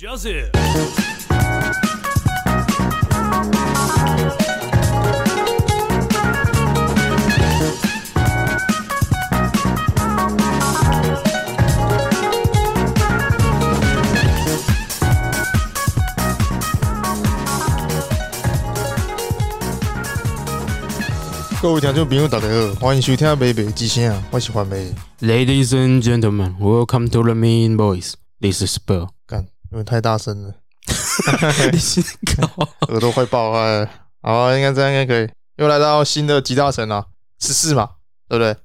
Joseph，各位听众朋友，大家好，欢迎收听《美美之声》啊，我是环美。 Ladies and gentlemen, welcome to the Mean Boys. This is Bill. 干，因为太大声了， 你是搞耳朵快爆开了。好，啊应该这样应该可以。又来到新的集大成了，十四嘛，对不对？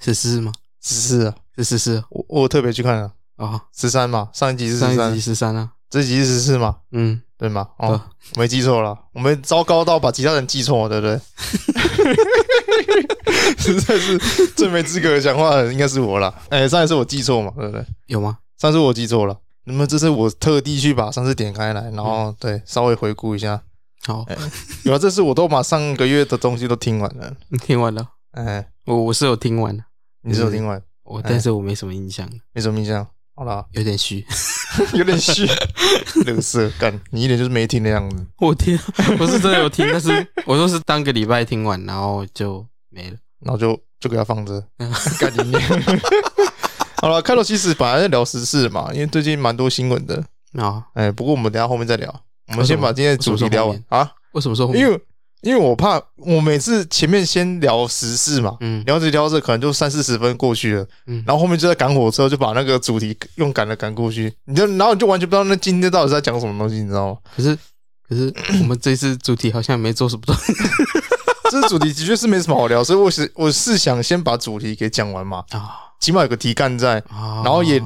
十四吗？十四啊，是十四我我有特别去看了，啊，十三嘛，上一集是上十一集三，十三啊，这集是十四嘛，嗯，对吗？哦对，，没记错了，我们糟糕到把其他人记错，对不 对？实在是最没资格讲话的人应该是我了。哎、上一次我记错嘛，对不对？有吗？上次我记错了，那么这次我特地去把上次点开来，然后、嗯对稍微回顾一下。好，有啊，这次我都把上个月的东西都听完了。你听完了？哎、我我是有听完的，你是有听完？我哎但是我没什么印象，没什么印象。好 啦，有点虚。有点虚， 乐色干，你一点就是没听的样子。我 听，我是真的有听，但是 我都是当个礼拜听完，然后就没 了。然后就就给它放着嗯，干你娘！ 好了，开头其实本来在聊时事嘛，因为最近蛮多新闻的。啊，哎、不过我们等一下后面再聊，我们为什先么把今天的主题聊为完什啊，为什么说因为因为我怕我每次前面先聊时事嘛，嗯聊着聊着可能就三四十分过去了，嗯然后后面就在赶火车，就把那个主题用赶的赶过去，你就然后你就完全不知道那今天到底是在讲什么东西，你知道吗？可是可是我们这次主题好像没做什么东西这个主题的确是没什么好聊，所以我是我是想先把主题给讲完嘛，啊起码有个题干在，啊，然后也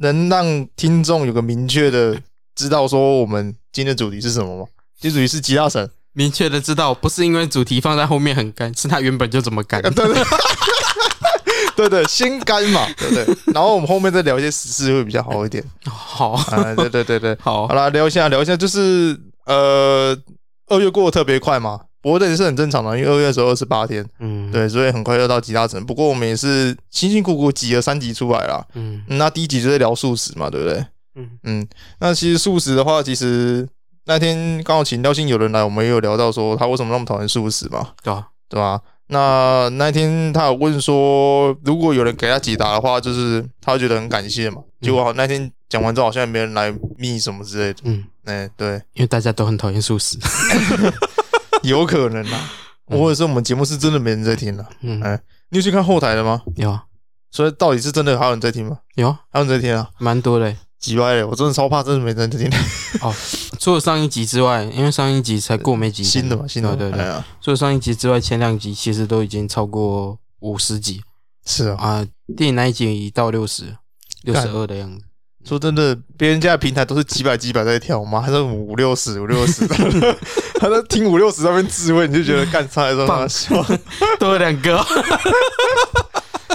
能让听众有个明确的知道说我们今天的主题是什么吗？今天主题是吉他神，明确的知道，不是因为主题放在后面很干，是它原本就这么 干。对对，先干嘛，对不对？然后我们后面再聊一些时事会比较好一点好啊、对对对对，好好，啦，聊一下，聊一下，就是呃，二月过得特别快嘛，不过这也是很正常的，因为二月只有二十八天，嗯，，对，所以很快就到吉他城。不过我们也是辛辛苦苦挤了三集出来啦。嗯嗯那第一集就是聊素食嘛，对不对？嗯嗯，那其实素食的话，其实那天刚好请廖信有人来，我们也有聊到说他为什么那么讨厌素食嘛，对啊，对吧？那那天他有问说，如果有人给他解答的话，就是他会觉得很感谢嘛。结果好那天讲完之后，好像也没人来密什么之类的。嗯，哎、对，因为大家都很讨厌素食，有可能啊， 嗯或者是我们节目是真的没人在听了、嗯，哎你有去看后台了吗？ 有啊所以到底是真的还有人在听吗？有啊，还有人在听啊？蛮多嘞。几歪了，我真的超怕，真的没人在听。除了上一集之外，因为上一集才过没几天新的嘛，新的嘛，对对哎对。呀除了上一集之外，前两集其实都已经超过五十集是啊。啊，电影那一集到六十，六十二的样子。说真的，别人家的平台都是几百几百在跳，我妈还是五六十五六十， 他在听五六十那边自慰，你就觉得干啥来着？棒笑， 多了两个，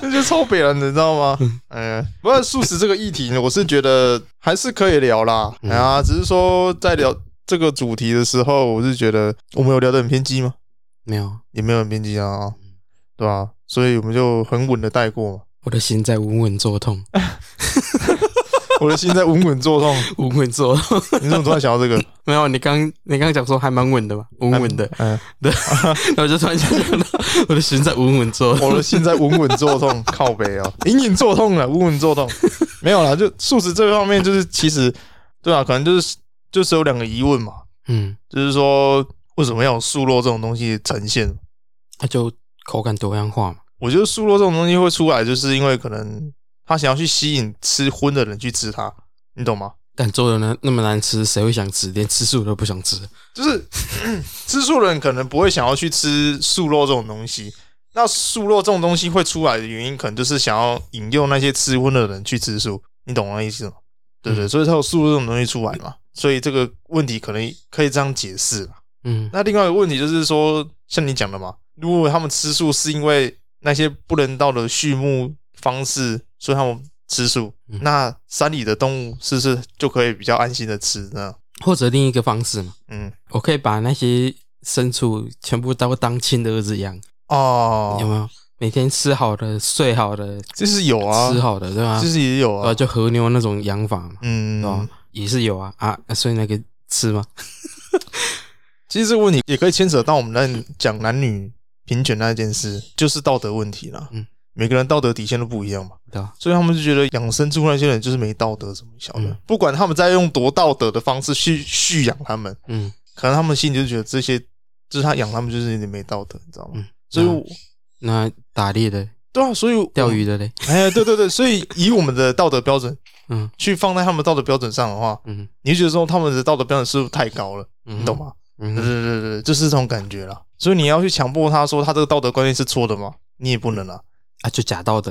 这就超北人的，你知道吗？嗯，不过素食这个议题呢，我是觉得还是可以聊啦。哎呀，只是说在聊这个主题的时候，我是觉得我们有聊得很偏激吗？没有，也没有很偏激啊，对吧、所以我们就很稳的带过嘛。我的心在稳稳 作痛，我的心在稳稳作痛。稳稳作痛。你怎么突然想到这个？没有，你刚你刚讲说还蛮稳的嘛，稳稳的，嗯，然后就突然间想到我的心在稳稳作痛。我的心在稳稳作痛，靠北哦，隐隐作痛了，稳稳作痛。没有啦，就素食这方面，就是其实对啊，可能就是就是有两个疑问嘛，嗯，就是说为什么要有素肉这种东西呈现？那就口感多样化嘛。我觉得素肉这种东西会出来，就是因为可能他想要去吸引吃荤的人去吃它，你懂吗？但做的呢那么难吃，谁会想吃？连吃素都不想吃。就是 吃素的人可能不会想要去吃素肉这种东西。那素肉这种东西会出来的原因，可能就是想要引诱那些吃荤的人去吃素，你懂我的意思吗？对不对？嗯所以才有素肉这种东西出来嘛。所以这个问题可能可以这样解释啦。嗯那另外一个问题就是说，像你讲的嘛，如果他们吃素是因为那些不人道的畜牧方式，所以他们吃素，嗯那山里的动物是不是就可以比较安心的吃呢？或者另一个方式嘛，嗯，我可以把那些牲畜全部都当亲儿子养，哦，有没有？每天吃好的，睡好的，就是有啊，吃好的，对吧？就是也有对吧？啊，就和牛那种养法嘛，嗯对吧？也是有啊啊，啊所以那个吃吗？其实这个问题也可以牵扯到我们在讲男女平权那一件事，就是道德问题啦。嗯，每个人道德底线都不一样嘛，对吧？所以他们就觉得养生之后那些人就是没道德什么小的，嗯不管他们在用多道德的方式去蓄养他们，嗯，可能他们心里就觉得这些就是他养他们就是有点没道德，你知道吗？嗯所以我那打猎的、对啊，所以我钓鱼的嘞， 哎，对对对，所以以我们的道德标准嗯去放在他们的道德标准上的话，嗯你就觉得说他们的道德标准是不是太高了？嗯，你懂？吗？对嗯，对对对，对就是这种感觉啦。所以你要去强迫他说他这个道德观念是错的吗？你也不能啊。啊，就假道德，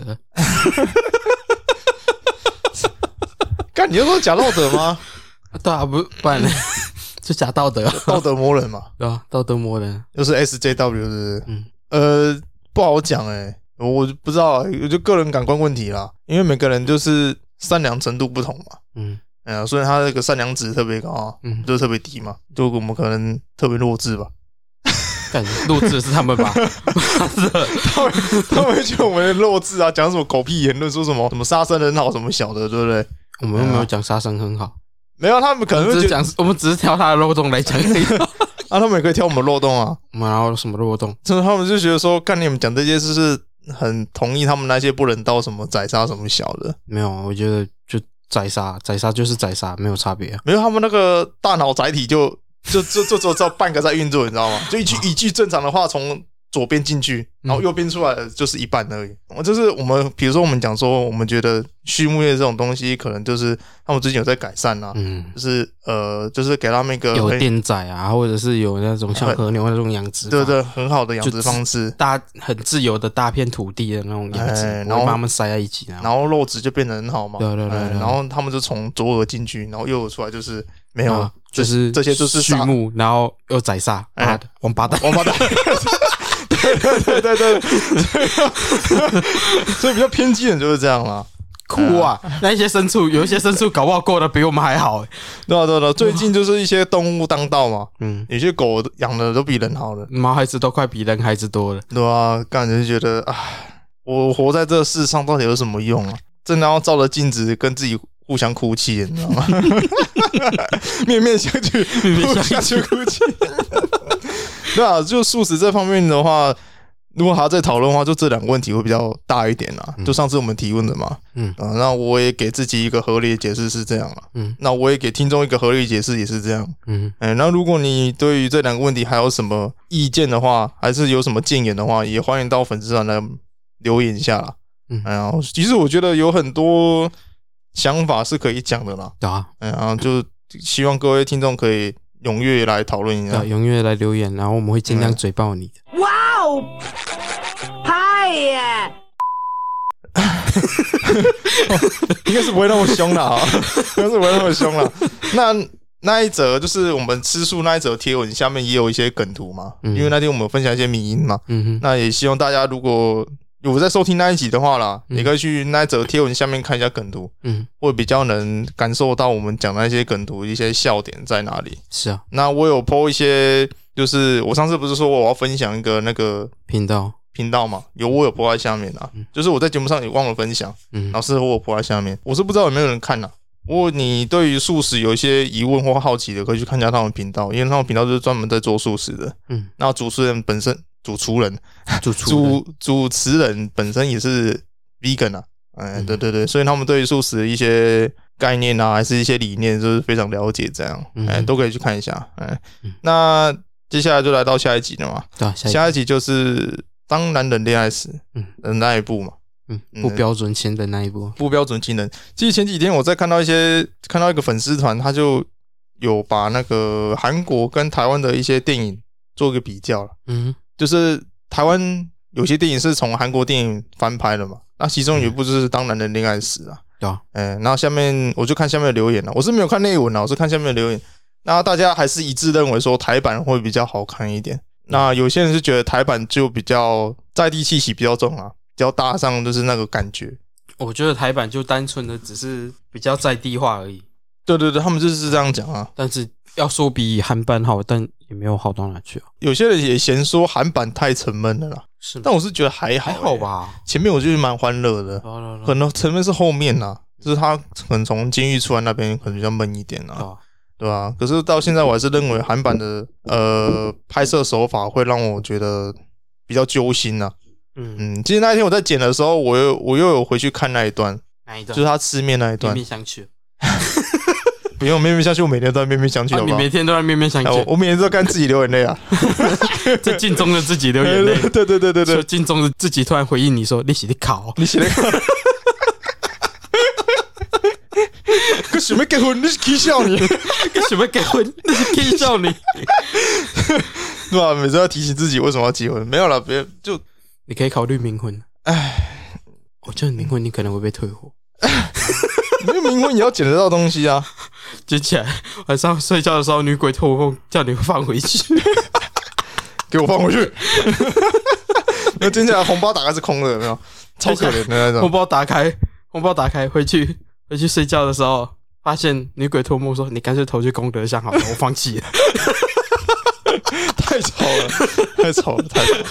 干，你就说假道德 吗？啊对啊，不不然 呢就假道德，道德魔 人嘛，对吧？道德魔人，就是 SJW 是不是？嗯呃，不好讲哎、我就不知道啊，我就个人感官问题啦，因为每个人就是善良程度不同嘛。嗯哎呀，所以他那个善良值特别高啊，嗯，就是特别低嘛，就我们可能特别弱智吧。感录制的是他们 吧？他们他们会觉得我们弱智啊，讲什么狗屁言论，说什么什么杀生很好什么小的，对不对？ 我们又没有讲杀生很好，没有，他们可能只会是觉得讲我们只是挑他的漏洞来讲 而已。啊，他们也可以挑我们漏洞啊。我们然后什么漏洞？就是他们就觉得说，看你们讲这些事是很同意他们那些不人道什么宰杀什么小的，没有，啊，我觉得就宰杀，宰杀就是宰杀，没有差别啊。没有他们那个大脑载体就就就就就只有半个在运作，你知道吗？就一哦句一句正常的话从左边进去，然后嗯右边出来的就是一半而已。我就是我们比如说我们讲说，我们觉得畜牧业这种东西，可能就是他们最近有在改善啊，嗯，就是呃，就是给他们一个有很电宰啊，或者是有那种像很和牛那种养殖，对对，很好的养就殖只方式，大很自由的大片土地的那种养殖，哎我然后会把它们塞在一起，然然后后肉质就变得很好嘛。对对对哎对然后他们就从左耳进去，然后右耳出来，就是没有啊了，这就是这些就是畜杀牧，然后又宰杀，哎妈的，王八蛋！王八蛋。对对对对对， 所以比较偏激的人就是这样啦。哭啊！嗯那一些牲畜，有一些牲畜搞不好过得比我们还好、欸。对啊对啊对啊，最近就是一些动物当道嘛，嗯，有些狗养的都比人好了，毛孩子都快比人孩子多了。对啊，感觉觉得唉，我活在这世上到底有什么用啊？真的要照着镜子跟自己互相哭泣，你知道 吗？面面相觑，面面相互相哭泣。 对啊，就素食这方面的话，如果还要再讨论的话，就这两个问题会比较大一点啦。就上次我们提问的嘛，嗯啊，那我也给自己一个合理的解释是这样啦，嗯那我也给听众一个合理的解释也是这样。嗯，哎，那如果你对于这两个问题还有什么意见的话，还是有什么建言的话，也欢迎到粉丝团来留言一下啦。嗯哎呀，其实我觉得有很多想法是可以讲的啦。对啊，哎呀，就希望各位听众可以踊跃来讨论一对啊，下。踊跃来留言，然后我们会尽量嗯嘴爆你的。哇哦，嗨耶！应该是不会那么凶啦，哈 应该是不会那么凶啦。那那一则就是我们吃素那一则贴文下面也有一些梗图嘛，嗯因为那天我们分享一些迷因嘛，嗯哼， 那也希望大家如果有在收听那一集的话啦，嗯也可以去那一则贴文下面看一下梗图，嗯，会比较能感受到我们讲那些梗图一些笑点在哪里。是啊，那我有 PO 一些，就是我上次不是说我要分享一个那个频道，频道嘛，有我有 PO 在下面啊，就是我在节目上也忘了分享，嗯老师和我 PO 在下面，我是不知道有没有人看呐、不过你对于素食有一些疑问或好奇的，可以去看一下他们频道，因为他们频道就是专门在做素食的。嗯，那主持人本身，主厨人，主厨主主持人本身也是 vegan 啊，哎、嗯对对对，所以他们对于素食的一些概念啊，还是一些理念，就是非常了解，这样，嗯哎、都可以去看一下，哎嗯，那接下来就来到下一集了嘛，对啊，下一下一集就是当男人恋爱时，嗯的那一部嘛，嗯嗯不标准前的那一步，不标准情人。其实前几天我在看到一些看到一个粉丝团，他就有把那个韩国跟台湾的一些电影做一个比较了。嗯就是台湾有些电影是从韩国电影翻拍的嘛，那其中有一部就是《当男人恋爱时》啊，对啊，嗯，然后下面我就看下面的留言了，我是没有看内文啊，我是看下面的留言，那大家还是一致认为说台版会比较好看一点，那有些人是觉得台版就比较在地气息比较重啊，比较搭上就是那个感觉，我觉得台版就单纯的只是比较在地化而已，对对对，他们就是这样讲啊，但是要说比韩版好，但也没有好到哪去啊，有些人也嫌说韩版太沉闷了啦，是吗？但我是觉得还好、还好，吧，前面我就是蛮欢乐的，啦啦啦可能沉闷是后面啦、啊就是他可能从监狱出来那边可能比较闷一点啊，哦，对啊，可是到现在我还是认为韩版的呃拍摄手法会让我觉得比较揪心呐、嗯，嗯，其实那一天我在剪的时候，我又我又有回去看那一段，哪一就段？是他吃面那一面段。面相觑。不用面面相觑，我每天都在面面相觑，啊好你不好？每天都在面面相哎我觑，我每天都看自己流眼泪啊！在镜中的自己流 眼泪。 对对对对对就对，镜中的自己突然回应你说：“你写的考，你写那个， 可想要结婚，你是取笑你，跟 什么结婚？那是骗笑 你。 对吧？每次要提醒自己为什么要结婚，没有了，别就你可以考虑冥婚。我觉得冥婚你可能会被退货。 因为冥婚也要捡得到东西啊。捡起来，晚上睡觉的时候，女鬼托梦叫你放回去。给我放回 去。那捡起来红包打开是空的，有没有？超可怜的那 种。红包打开，红包打开，回去回去睡觉的时候，发现女鬼托梦说：“你干脆投去功德箱好了，我放弃了。太吵了，太吵了，太吵了。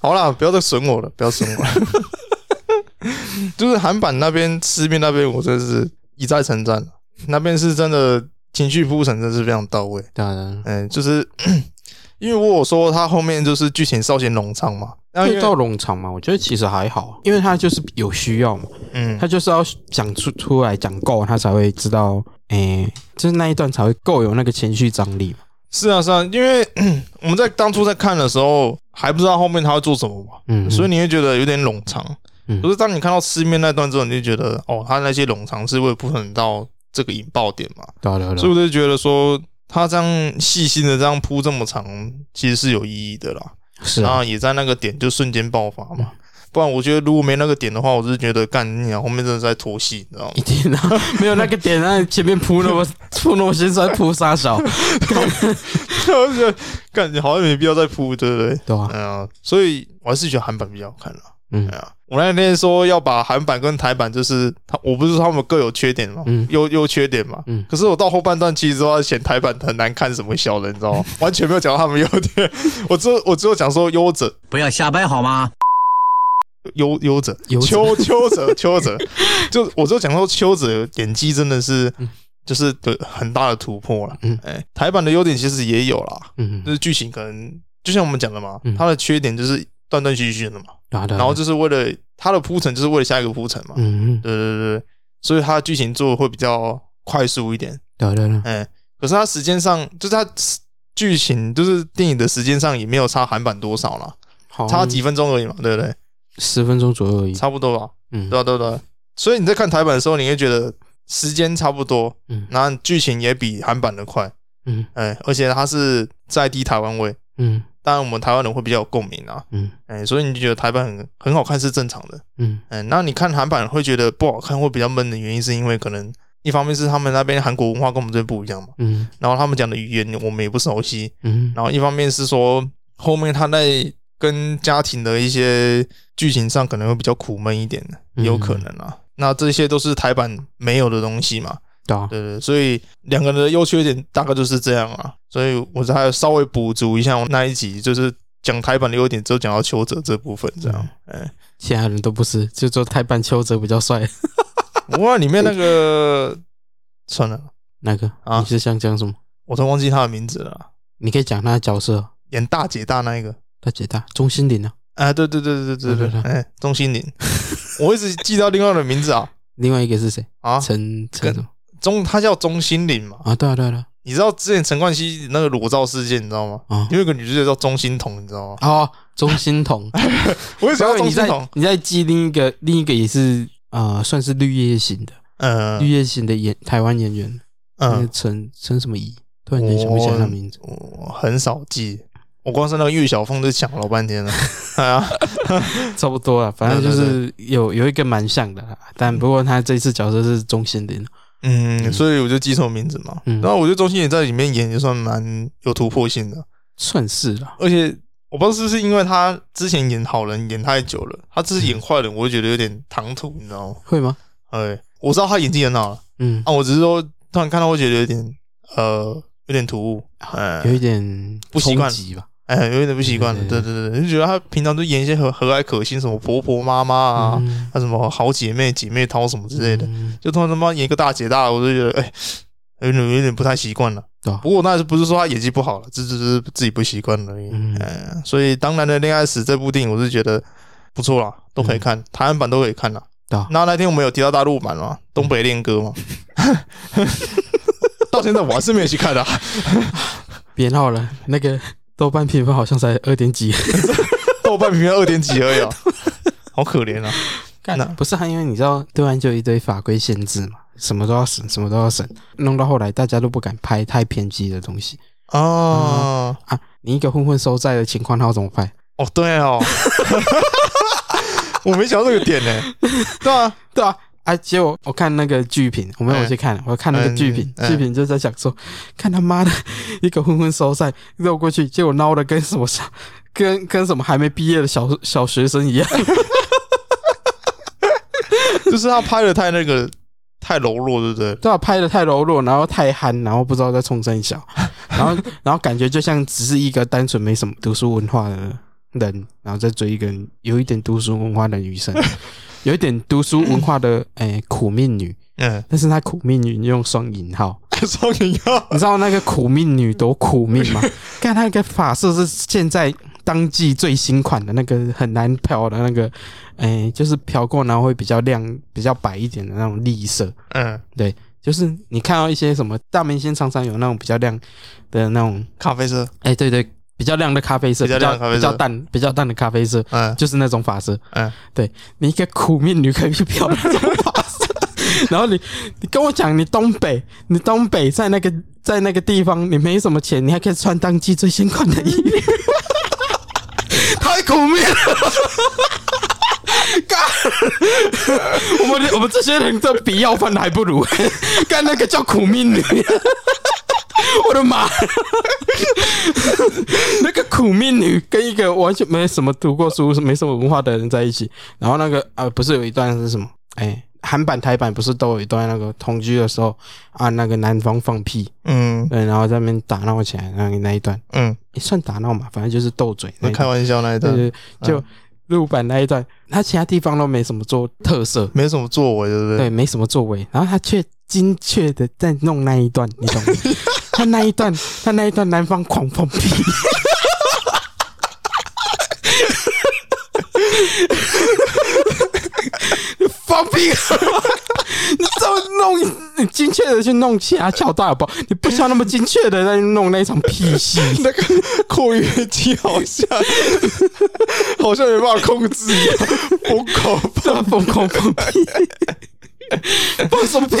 好啦，不要再损我了，不要损我了。就是韩版那边、吃面那边，我真的是一再称赞。那边是真的情绪铺陈，真是非常到位。” 当然，嗯、就是 因为我有说他后面就是剧情稍显冗长嘛，然后因会为到冗长嘛，我觉得其实还好，因为他就是有需要嘛，嗯他就是要讲出出来讲够，他才会知道，诶、就是那一段才会够有那个情绪张力嘛。是啊是啊，因 为我们在当初在看的时候还不知道后面他会做什么嘛，嗯，所以以你会觉得有点冗长。嗯可是当你看到吃面那段之后，你就觉得哦，他那些冗长是为了铺陈到这个引爆点嘛，对啊对啊所以对啊我就觉得说他这样细心的这样铺这么长，其实是有意义的啦。是然啊，嗯后也在那个点就瞬间爆发嘛。不然我觉得如果没那个点的话，我是觉得干你啊，后面真的是在拖戏，你知 道吗一？定啊，没有那个点，那前面铺那么 铺那么心酸，铺啥小，我就觉得干你好像没必要再铺，对不对？对啊，哎呀，所以我还是觉得韩版比较好看啦。嗯哎呀，我那天说要把韩版跟台版，就是他，我不是说他们各有缺点嘛，嗯优优缺点嘛。嗯可是我到后半段其实都要嫌台版很难看什么小的，你知道吗？完全没有讲到他们优点， 我只有我只有讲说优者。不要瞎掰好吗？优优者，优者邱邱者，邱者， 就我就讲说邱者演技真的是，就是对很大的突破了。嗯哎、台版的优点其实也有啦，嗯，就是剧情可能就像我们讲的嘛嗯，它的缺点就是断断续续的嘛，对啊对啊，然后就是为了它的铺陈，就是为了下一个铺陈嘛。嗯，嗯对对对对，所以它的剧情做的会比较快速一点。对啊对啊对啊，哎、可是它时间上，就是它剧情就是电影的时间上也没有差韩版多少啦，好差几分钟而已嘛，对不对？十分钟左右而已，差不多吧。嗯，对啊，对啊对啊，所以你在看台版的时候，你会觉得时间差不多，嗯然后剧情也比韩版的快，嗯哎，而且它是在地台湾味，嗯当然我们台湾人会比较有共鸣啊，嗯哎，所以你就觉得台版很很好看是正常的，嗯，哎，那你看韩版会觉得不好看会比较闷的原因，是因为可能一方面是他们那边韩国文化跟我们这边不一样嘛，嗯然后他们讲的语言我们也不熟悉，嗯，然后一方面是说后面他在跟家庭的一些剧情上可能会比较苦闷一点，嗯有可能啊。那这些都是台版没有的东西嘛，对啊，对对，所以两个人的优缺点大概就是这样啊。所以我才稍微补足一下我那一集，就是讲台版的优点，只有讲到邱泽这部分这样。哎、其他人都不是，就做太半邱泽比较帅。不过里面那个算了，哪个？啊你是想讲什么？我都忘记他的名字了啊，你可以讲他的角色，演大姐大那一个。大姐大钟心凌啊，啊，对对对对对对对对，对对哎，钟欣凌，我一直记到另外的名字啊另外一个是谁？ 啊，陈陈跟什么？钟他叫钟欣凌嘛，啊，对啊对啊 对啊你知道之前陈冠希那个裸照事件，你知道吗？啊因为有个女主角叫钟欣彤，你知道吗？哦，钟欣 桐，我也想我要以为钟你欣在彤，你在记另一个另一个也是呃，算是绿叶型的嗯绿叶型的演台湾演员，那个嗯，哦陈陈什么怡，突然间想不起来他 名字。我很少记，我光是那个玉小凤就想了老半 天了。哎呀，差不多了，啊反正就对是有有一个蛮像的啦，但不过他这次角色是钟欣凌，嗯，所以我就记错名字嘛。嗯然后我觉得钟欣凌在里面演也算蛮有突破性的，算是啦。而且我不知道是不是因为她之前演好人演太久了，她这次演坏人，我就觉得有点唐突，你知道吗？会吗？哎，我知道她演技很好了，嗯，啊，我只是说突然看到会觉得有点呃有点突兀，哎有一点不习惯冲击吧？哎，有点不习惯了。对对对对，就觉得她平常都演一些和和蔼可亲，什么婆婆妈妈啊，嗯她什么好姐妹姐妹淘什么之类的，嗯就突然他妈演一个大姐大，我就觉得哎，有点有点不太习惯了。对啊不过那是不是说她演技不好了，这只是自己不习惯而已。嗯哎所以《当男人恋爱时》这部电影，我是觉得不错啦，都可以看，台湾版都可以看啦。嗯对啊那那天我们有提到大陆版嘛，《东北恋歌》 嘛，到现在我还是没有去看的、啊。别闹了，那个豆瓣评分好像才二点几，豆瓣评分二点几而已、啊，好可怜啊！干那不是啊，因为你知道对岸就一堆法规限制嘛，什么都要审，什么都要审，弄到后来大家都不敢拍太偏激的东西哦，啊。你一个混混收债的情况，那要怎么办？哦，对 哦，我没想到这个点呢、对啊，对啊，哎啊，结果我看那个剧评，我没有去看，我看那个剧评，嗯嗯剧评就在讲说，看他妈的一个混混收赛绕过去，结果闹的跟什么小，跟跟什么还没毕业的小小学生一样， 就是他拍的太那个太柔弱，对不对？对啊，拍的太柔弱，然后太憨，然后不知道在冲三小， 然后然后感觉就像只是一个单纯没什么读书文化的人，然后再追一个有一点读书文化的女生， 有一点读书文化的诶、苦命女， 嗯，但是她苦命女用双引号。双引号，你知道那个苦命女多苦命吗？看那个发色是现在当季最新款的那个很难漂的那个，哎、就是漂过然后会比较亮、比较白一点的那种栗色。嗯，就是你看到一些什么大明星常常有那种比较亮的那种，咖啡色，哎、对对，比较亮的咖啡色，比较亮的咖啡色比较淡、比较淡的咖啡色，嗯就是那种发色。嗯，对你一个苦命女可以漂那种发色，然后你你跟我讲你东北，你东北在那个在那个地方你没什么钱，你还可以穿当季最新款的衣服，太苦命了。干！我们我们这些人都比要饭的还不如，干那个叫苦命女，我的妈！ 那个苦命女跟一个完全没什么读过书、没什么文化的人在一起，然后那个啊，不是有一段是什么？哎、韩版、台版不是都有一段那个同居的时候啊，那个男方放屁，嗯对，然后在那边打闹起来，那那一段嗯，也、算打闹嘛，反正就是斗嘴那那一开段。玩笑那一对段，对，对就陆版那一段，他其他地方都没什么做特色，没什么作为，对不对？对，没什么作为，然后他却精确的在弄那一段，你懂吗？他那一段，他那一段南方狂放屁，你 放屁啊！你就弄，你精确的去弄其他桥段好不好？你不需要那么精确的在弄那一场屁戏。那 个括约肌好像 好像没办法控制一样，我靠！这疯狂放屁，放什么屁？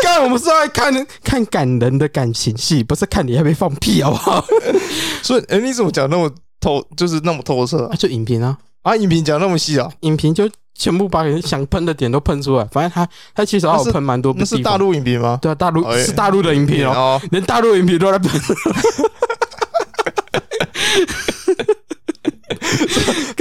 看我们是在看看感人的感情戏，不是看你还没放屁好不好？ 所以，哎、你怎么讲那么透，就是那么透彻啊？啊，就影评啊，啊，影评讲那么细啊？影评就全部把人想喷的点都喷出来。反正他他其实还有喷蛮多部那是地大方，陆影评吗？对啊，大陆哎是大陆的影评哦，哦，连大陆影评都在喷。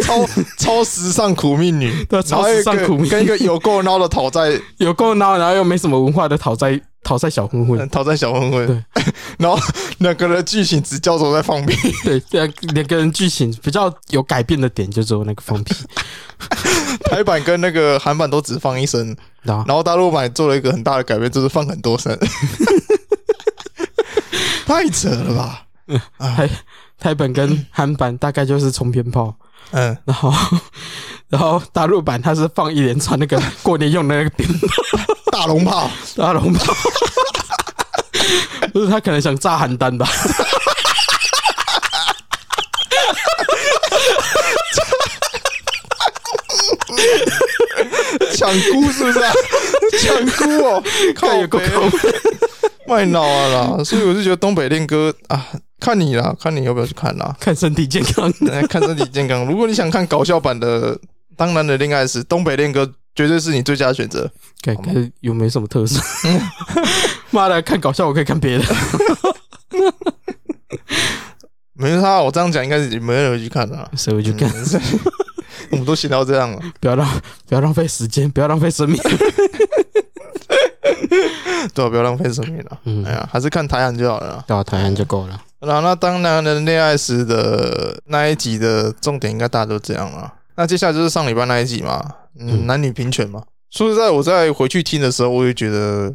超超时尚苦命 女，对啊然后一个超时尚苦命女跟一个有够孬的讨债有够闹，然后又没什么文化的讨债讨债 小混混，讨债小混混， 然后两个人的剧情只焦灼在放屁， 对，两两个人剧情比较有改变的点就只有那个放屁，台版跟那个韩版都只放一声，然 后然后大陆版做了一个很大的改变，就是放很多 声，太扯了吧？台台本跟韩版大概就是冲鞭炮。嗯，然后 然后大陆版它是放一连串那 个过年用的那个鞭大龙炮，大龙炮， 就是他可能想炸邯郸吧，抢姑是不是、啊？抢姑哦， 靠看有够北抠，卖脑啊啦！所以我就觉得东北恋歌啊，看你啦，看你要不要去看啦。 看身体健康。呃看身体健康。如果你想看搞笑版的《当男人恋爱时》，东北恋歌绝对是你最佳选择。看看有没有什么特 色？妈的，看搞笑我可以看别的。没他，我这样讲应该是没人会去看的、啊。所以我就看，嗯我们都 嗯闲到这样了，啊不要浪，不要浪费时间，不要浪费生命。对啊，不要浪费生命了。嗯哎呀，还是看台韩就好了啦。 到台湾就够了。然后，那当男人恋爱时的那一集的重点，应该大家都这样了。那接下来就是上礼拜那一集嘛，嗯，嗯男女平权嘛。说实在，我在回去听的时候，我就觉得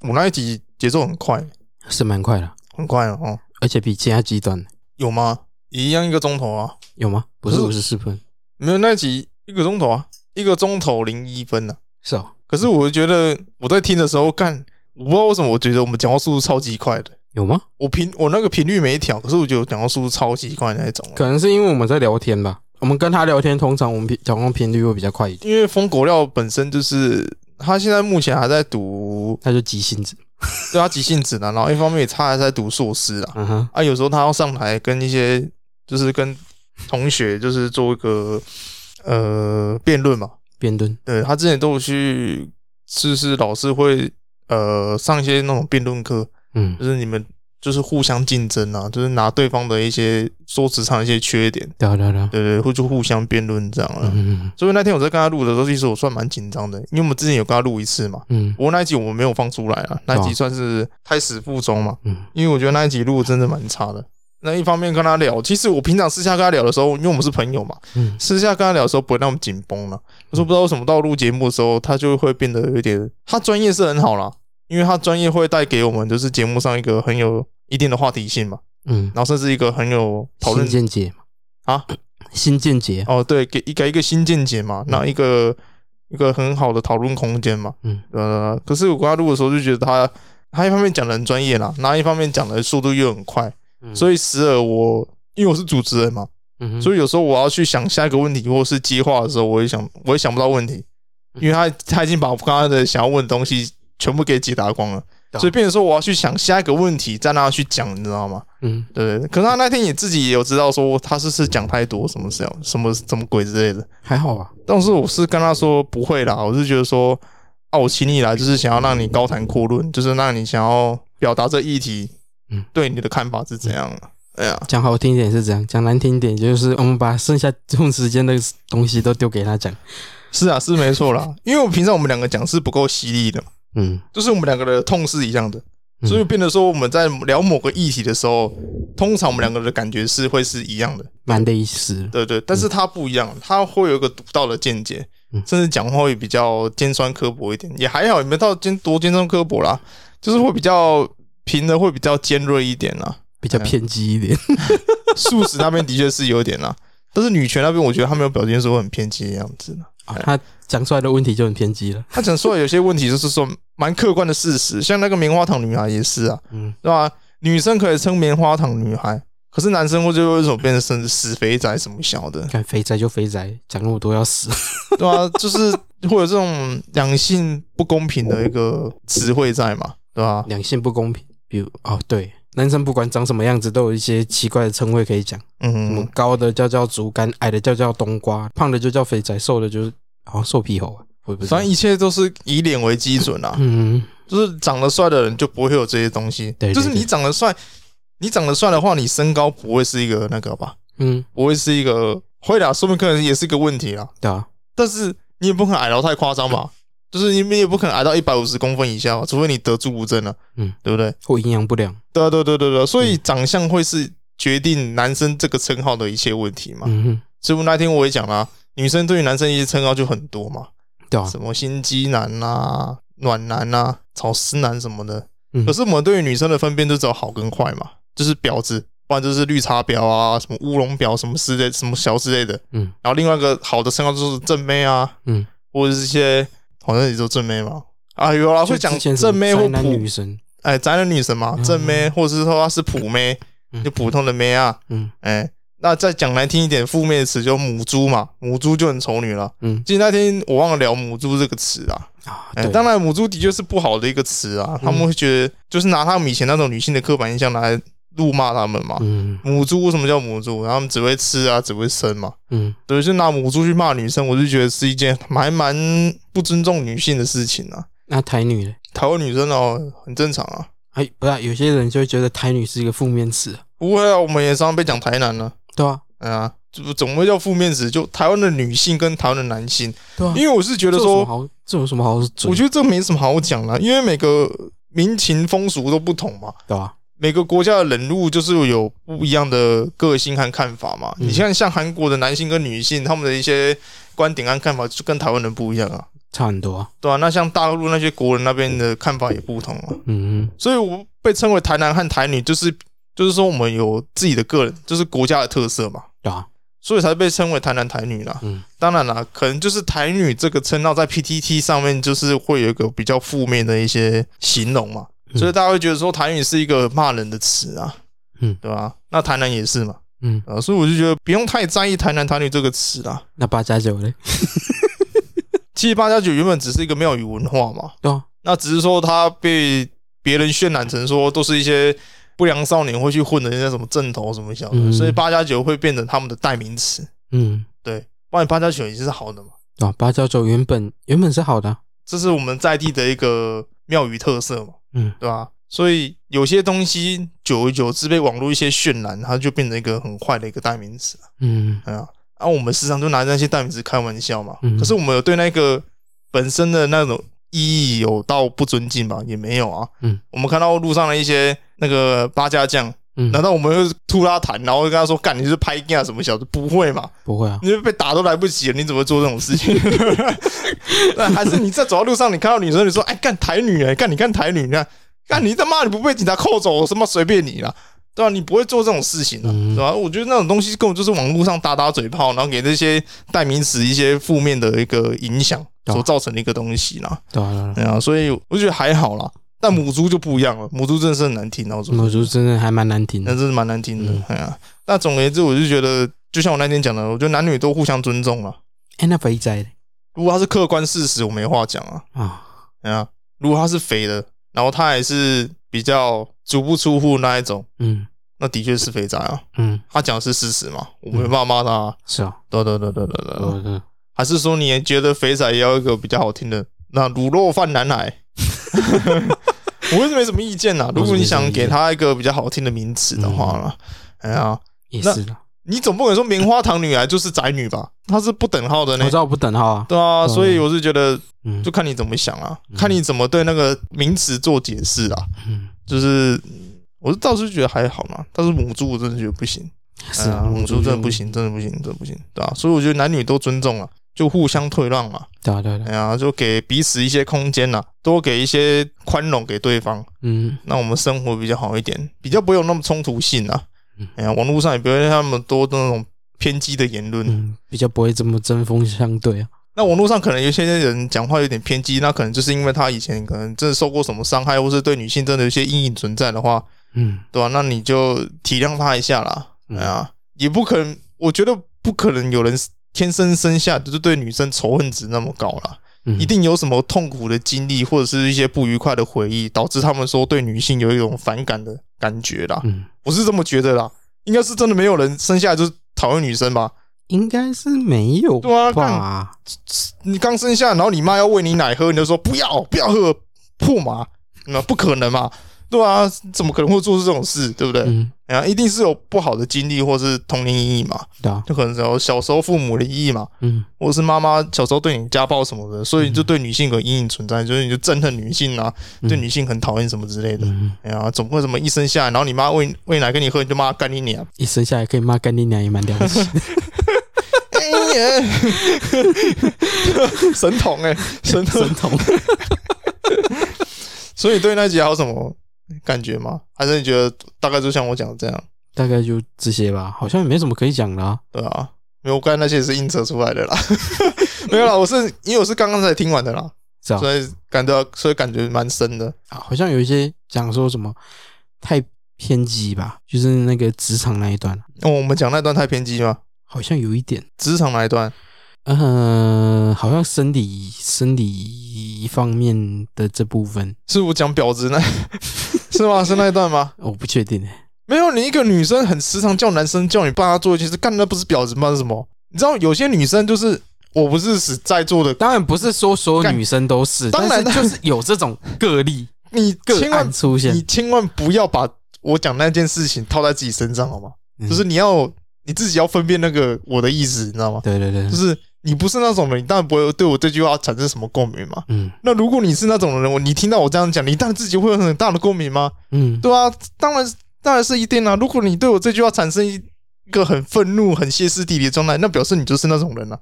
我那一集节奏很快，是蛮快的，很快哦。哦而且比其他极短有吗？一样一个钟头啊？有吗？不是不五是十四分，没有，那一集一个钟头啊，一个钟头零一分啊。是哦，可是我觉得我在听的时候，干，我不知道为什么，我觉得我们讲话速度超级快的。有吗？我频我那个频率没调，可是我觉得我讲话速度超级快的那一种啊。可能是因为我们在聊天吧。我们跟他聊天，通常我们频讲话频率会比较快一点。因为疯狗料本身就是他现在目前还在读，他就急性子，对他急性子呢，然后一方面也他还在读硕士啊，嗯哼，啊，有时候他要上台跟一些就是跟同学就是做一个呃辩论嘛，辩论，对他之前都有去，就是老师会呃上一些那种辩论课，嗯，就是你们就是互相竞争啊，就是拿对方的一些说职场一些缺点，对啊对啊对啊，对对，会就互相辩论这样啊。嗯所以那天我在跟他录的时候，其实我算蛮紧张的，因为我们之前有跟他录一次嘛。嗯不过那一集我们没有放出来啊，那一集哦算是开始腹中嘛，嗯因为我觉得那一集录得真的蛮差的。那一方面跟他聊，其实我平常私下跟他聊的时候，因为我们是朋友嘛，嗯私下跟他聊的时候不会那么紧绷了。可是不知道为什么到录节目的时候，他就会变得有点，他专业是很好啦，因为他专业会带给我们就是节目上一个很有一定的话题性嘛，嗯，然后甚至一个很有讨论新见解嘛啊， 新见解，啊哦，对，给一个一个新见解嘛，那一个一个很好的讨论空间嘛，嗯呃，可是我跟他录的时候就觉得他他一方面讲的很专业啦，然后一方面讲的速度又很快，所以以时而我因为我是主持人嘛，所以以有时候我要去想下一个问题或是接话的时候，我也想我也想不到问题，嗯因为他他已经把我刚刚的想要问的东西全部给解答光了，懂所以变成说我要去想下一个问题再让他去讲，你知道吗？嗯对，可是他那天也自己也有知道说他是是讲太多什么什么什么什么鬼之类的，还好啊吧，但是我是跟他说不会啦，我是觉得说啊，我请你来就是想要让你高谈阔论，就是让你想要表达这议题，嗯，对你的看法是怎样的？哎呀，讲好听一点是这样，讲难听一点就是我们把剩下用时间的东西都丢给他讲，是啊，是没错啦，因为我平常我们两个讲是不够犀利的嘛，嗯，就是我们两个的痛是一样的，嗯所以变得说我们在聊某个议题的时候，通常我们两个的感觉是会是一样的。蛮的意思，对对，但是他不一样，他会有一个独到的见解，嗯甚至讲话会比较尖酸刻薄一点，也还好，也没到尖多尖酸刻薄啦，就是会比较平的，会比较尖锐一点啦。比较偏激一点，素食那边的确是有点啦，但是女权那边我觉得他没有表现出很偏激的样子啦哦 他讲出来的问题就很偏激了，他讲出来有些问题就是说蛮客观的事实，像那个棉花糖女孩也是啊，嗯对吧？女生可以称棉花糖女孩，可是男生会就为什么变成死肥宅什么小的？看肥宅就肥宅，讲那么多要死。对啊， 就是会有这种两性不公平的一个词汇在嘛，对吧、两性不公平，比如哦，对，男生不管长什么样子，都有一些奇怪的称谓可以讲，什么嗯，高的叫叫竹竿，矮的叫叫冬瓜，胖的就叫肥仔，瘦的就是好像瘦皮猴啊，我也不知道反正。一切都是以脸为基准啊，嗯，就是长得帅的人就不会有这些东西，对对就是你长得帅，你长得帅的话，你身高不会是一个那个吧，嗯，不会是一个会啦，说明可能也是一个问题啦，对啊，但是你也不可能矮到太夸张吧。就是你们也不可能矮到一百五十公分以下吧，除非你得猪无症了，嗯，啊对不对？或营养不良。对啊对对对对，所以长相会是决定男生这个称号的一切问题嘛。嗯哼，所以我那天我也讲啦、女生对于男生一些称号就很多嘛，对啊，什么心机男啊、暖男啊、草丝男什么的。嗯可是我们对于女生的分辨就只有好跟坏嘛，就是婊子，不然就是绿茶婊啊、什么乌龙婊什么之类、什么小之类的。嗯然后另外一个好的称号就是正妹啊，嗯，或者是一些好像也就正妹嘛。啊，有啦，会讲就之前什么正妹或宅男普女神，哎宅男女神嘛，嗯正妹，或者是说她是普妹，嗯就普通的妹啊。嗯哎、那再讲难听一点，负面的词就母猪嘛，母猪就很丑女了。嗯其实那天我忘了聊母猪这个词啦。啊，哎、对，嗯当然母猪的确是不好的一个词啊，他们会觉得就是拿他们以前那种女性的刻板印象拿来辱骂他们嘛。嗯母猪为什么叫母猪？然后他们只会吃啊，只会生嘛。嗯，对，就拿母猪去骂女生，我就觉得是一件还蛮不尊重女性的事情啊。那台女嘞？台湾女生哦，很正常啊。哎，不是啊，有些人就会觉得台女是一个负面词啊，不会啊，我们也常常被讲台南呢、对啊，啊。哎呀，这不怎么会叫负面词？就台湾的女性跟台湾的男性，对啊，因为我是觉得这有什么说，好这有什么好嘴？我觉得这没什么好讲的，因为每个民情风俗都不同嘛，对吧？每个国家的人物就是有不一样的个性和看法嘛。嗯你看，像韩国的男性跟女性，他们的一些观点和看法就跟台湾人不一样啊，差很多啊。对啊，那像大陆那些国人那边的看法也不同啊，嗯所以我被称为台男和台女，就是就是说我们有自己的个人，就是国家的特色嘛。哼，对啊吧？所以才被称为台男台女啦。嗯当然啦，可能就是台女这个称号在 PTT 上面就是会有一个比较负面的一些形容嘛，嗯所以大家会觉得说台女是一个骂人的词啊，嗯对吧、那台南也是嘛，嗯，啊，所以我就觉得不用太在意台南台女这个词啦。那八加九嘞？其实八加九原本只是一个庙宇文化嘛，对啊，那只是说它被别人渲染成说都是一些。不良少年会去混的那些什么正头什么小的，嗯所以八加九会变成他们的代名词。嗯，对，不然八加九也是好的嘛。对吧？啊八加九原本原本是好的啊，这是我们在地的一个庙宇特色嘛，嗯，对吧？所以有些东西久而久之被网络一些渲染，它就变成一个很坏的一个代名词了，嗯对啊。啊，我们时常就拿那些代名词开玩笑嘛，嗯可是我们有对那个本身的那种意义有到不尊敬吧？也没有啊，嗯，我们看到路上的一些那个八家将，嗯，难道我们又吐他痰，然后跟他说干你是拍架什么小子？不会嘛，不会啊？你被打都来不及了，你怎么会做这种事情？ 那还是你在走到路上，你看到女生，你说：“哎，干台女哎、干你干台女，你看，干你他妈你不被警察扣走，我他妈随便你啦，对啊吧、你不会做这种事情的、嗯对吧、我觉得那种东西根本就是网络上打打嘴炮，然后给这些代名词一些负面的一个影响啊所造成的一个东西啦。对啊，对啊对啊对啊，所以我觉得还好啦。但母猪就不一样了，母猪真的是很难听，啊我说我觉得真的还蛮难听那的。真是蛮难听的嗯。哎呀、那总而言之，我就觉得，就像我那天讲的，我觉得男女都互相尊重啊了。哎，那肥仔嘞？如果他是客观事实，我没话讲啊。啊，哎呀、如果他是肥的，然后他还是比较足不出户那一种，嗯那的确是肥宅啊。嗯，他讲的是事实嘛，我没办法骂他、啊。是呃啊，对对对对对对对我的还是说你也觉得肥仔也要一个比较好听的？那卤肉饭男 孩，我是没什么意见啊啦。如果你想给他一个比较好听的名词的话啦，哎呀、也是的。你总不可能说棉花糖女孩就是宅女吧？她是不等号的我呢知。道我不等号啊，对啊，嗯所以我是觉得，嗯就看你怎么想啊，嗯看你怎么对那个名词做解释啊。嗯，就是，嗯我是倒是觉得还好嘛，但是母猪我真的觉得不行，是啊，哎呀母猪真的就不，行，真的不行，真的不行，对啊，所以我觉得男女都尊重啊，就互相退让嘛，对啊对啊对啊，哎呀，就给彼此一些空间啦，多给一些宽容给对方，嗯那我们生活比较好一点，比较不会有那么冲突性啊嗯。哎呀，网络上也不会那么多那种偏激的言论，嗯，比较不会这么针锋相对啊，那网络上可能有些人讲话有点偏激，那可能就是因为他以前可能真的受过什么伤害，或是对女性真的有一些阴影存在的话，嗯对吧、那你就体谅他一下啦。嗯哎呀，也不可能，我觉得不可能有人天生生下就是对女生仇恨值那么高啦，嗯，一定有什么痛苦的经历或者是一些不愉快的回忆，导致他们说对女性有一种反感的感觉啦。嗯，我是这么觉得啦，应该是真的没有人生下来就是讨厌女生吧？应该是没有对啊吧？你刚生下，然后你妈要喂你奶喝，你就说不要不要喝，破嘛，那不可能嘛，对啊，怎么可能会做出这种事，对不对？嗯，然后一定是有不好的经历或是童年阴影嘛，对啊，就可能有小时候父母的阴影嘛，嗯或者是妈妈小时候对你家暴什么的，所以你就对女性有阴影存在，所以你就憎恨女性啊，嗯对女性很讨厌什么之类的。嗯，哎呀，总不会什么一生下来，然后你妈喂喂奶给你喝，你就骂她干你娘，一生下来可以骂干你娘也蛮了不起，哎呀， 神童哎、神童神童， 所以对那集还有什么感觉吗？还是你觉得大概就像我讲的这样，大概就这些吧，好像也没什么可以讲的啊，对啊？没有，我刚才那些也是硬扯出来的啦。 没有啦，我是因为我是刚刚才听完的啦，是啊，所以感到所以感觉蛮深的。啊好像有一些讲说什么太偏激吧，就是那个职场那一段，哦，我们讲那段太偏激吗？好像有一点。职场那一段，嗯，好像生理生理方面的这部分，是我讲婊子那， 是吗？是那一段吗？我不确定诶。没有，你一个女生很时常叫男生叫你帮她做一件事，干那不是婊子吗？是什么？你知道有些女生就是，我不是指在座的，当然不是说所有女生都是，当然 但是就是有这种个例你个千万案出你现。千万不要把我讲那件事情套在自己身上，好吗？嗯就是你要你自己要分辨那个我的意思，你知道吗？对对对就，是你不是那种人，你当然不会对我这句话产生什么共鸣嘛。嗯那如果你是那种人，我你听到我这样讲，你当然自己会有很大的共鸣吗？嗯，对啊，当然当然是一定啊。如果你对我这句话产生一个很愤怒、很歇斯底里的状态，那表示你就是那种人了、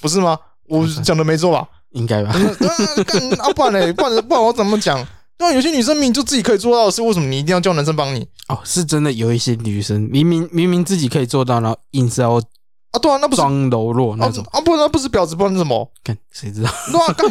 不是吗？我讲的没错吧？应该吧。那那干 啊，不然嘞，不然不然我怎么讲？那有些女生明明就自己可以做到的事，为什么你一定要叫男生帮你哦，是真的有一些女生明明明明自己可以做到，然后硬是要啊？对啊，那不是啊装柔弱那种。啊，不那不是婊子，不然是什么？看谁知道？对啊，干，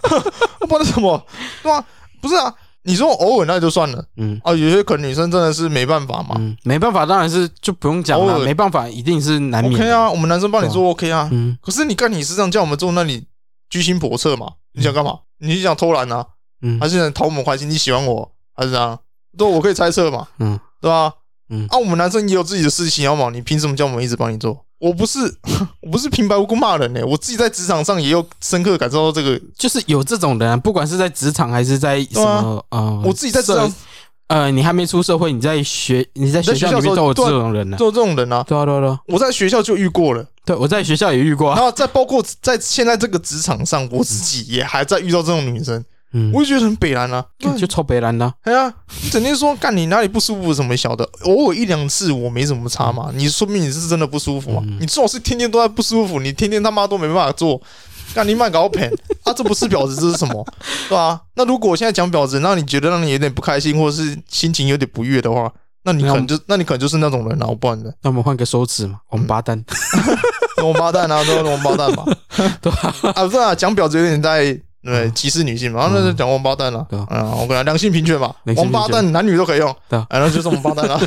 不然是什么？对啊，不是啊，你说偶尔那就算了嗯啊，有些可能女生真的是没办法嘛。嗯，没办法，当然是就不用讲偶尔了，没办法，一定是难免。 OK，啊，我们男生帮你做 OK 啊，嗯可是你干你是这样叫我们做，那你居心叵测嘛？你想干嘛？你想偷懒啊？嗯还是想讨我们欢心？你喜欢我还是这样？对，啊我可以猜测嘛，嗯对吧？嗯啊，我们男生也有自己的事情要忙，你凭什么叫我们一直帮你做？我不是， 我不是平白无故骂人呢、我自己在职场上也有深刻感受到这个，就是有这种人、啊，不管是在职场还是在什对啊么，呃，我自己在职场社呃，你还没出社会，你在学你在在学学校校里面的时都候有这种人呢、做这种人啊，对啊，对啊，对啊，我在学校就遇过了，对我在学校也遇过、然啊，后再包括在现在这个职场上，我自己也还在遇到这种女生，嗯，我就觉得很北然啊，就抽北兰的啊，哎呀，你整天说干你哪里不舒服什么小的，偶尔一两次我没什么差嘛。你说明你是真的不舒服嘛？嗯你最好是天天都在不舒服，你天天他妈都没办法做，干你妈搞骗 啊！这不是婊子，这是什么？对啊，那如果我现在讲婊子，让你觉得让你有点不开心，或者是心情有点不悦的话，那你可能就那你可能就是那种人啊，我不然的那我们换个收词嘛，嗯王八蛋，王八蛋啊，都是王八蛋嘛。 对吧、啊，不是啊，讲婊子有点在。对，歧视女性嘛，然后那就讲王八蛋了、嗯对啊嗯，我跟你讲，良性平权嘛，良王性平八权蛋男女都可以用，对啊哎，那就是王八 蛋啊。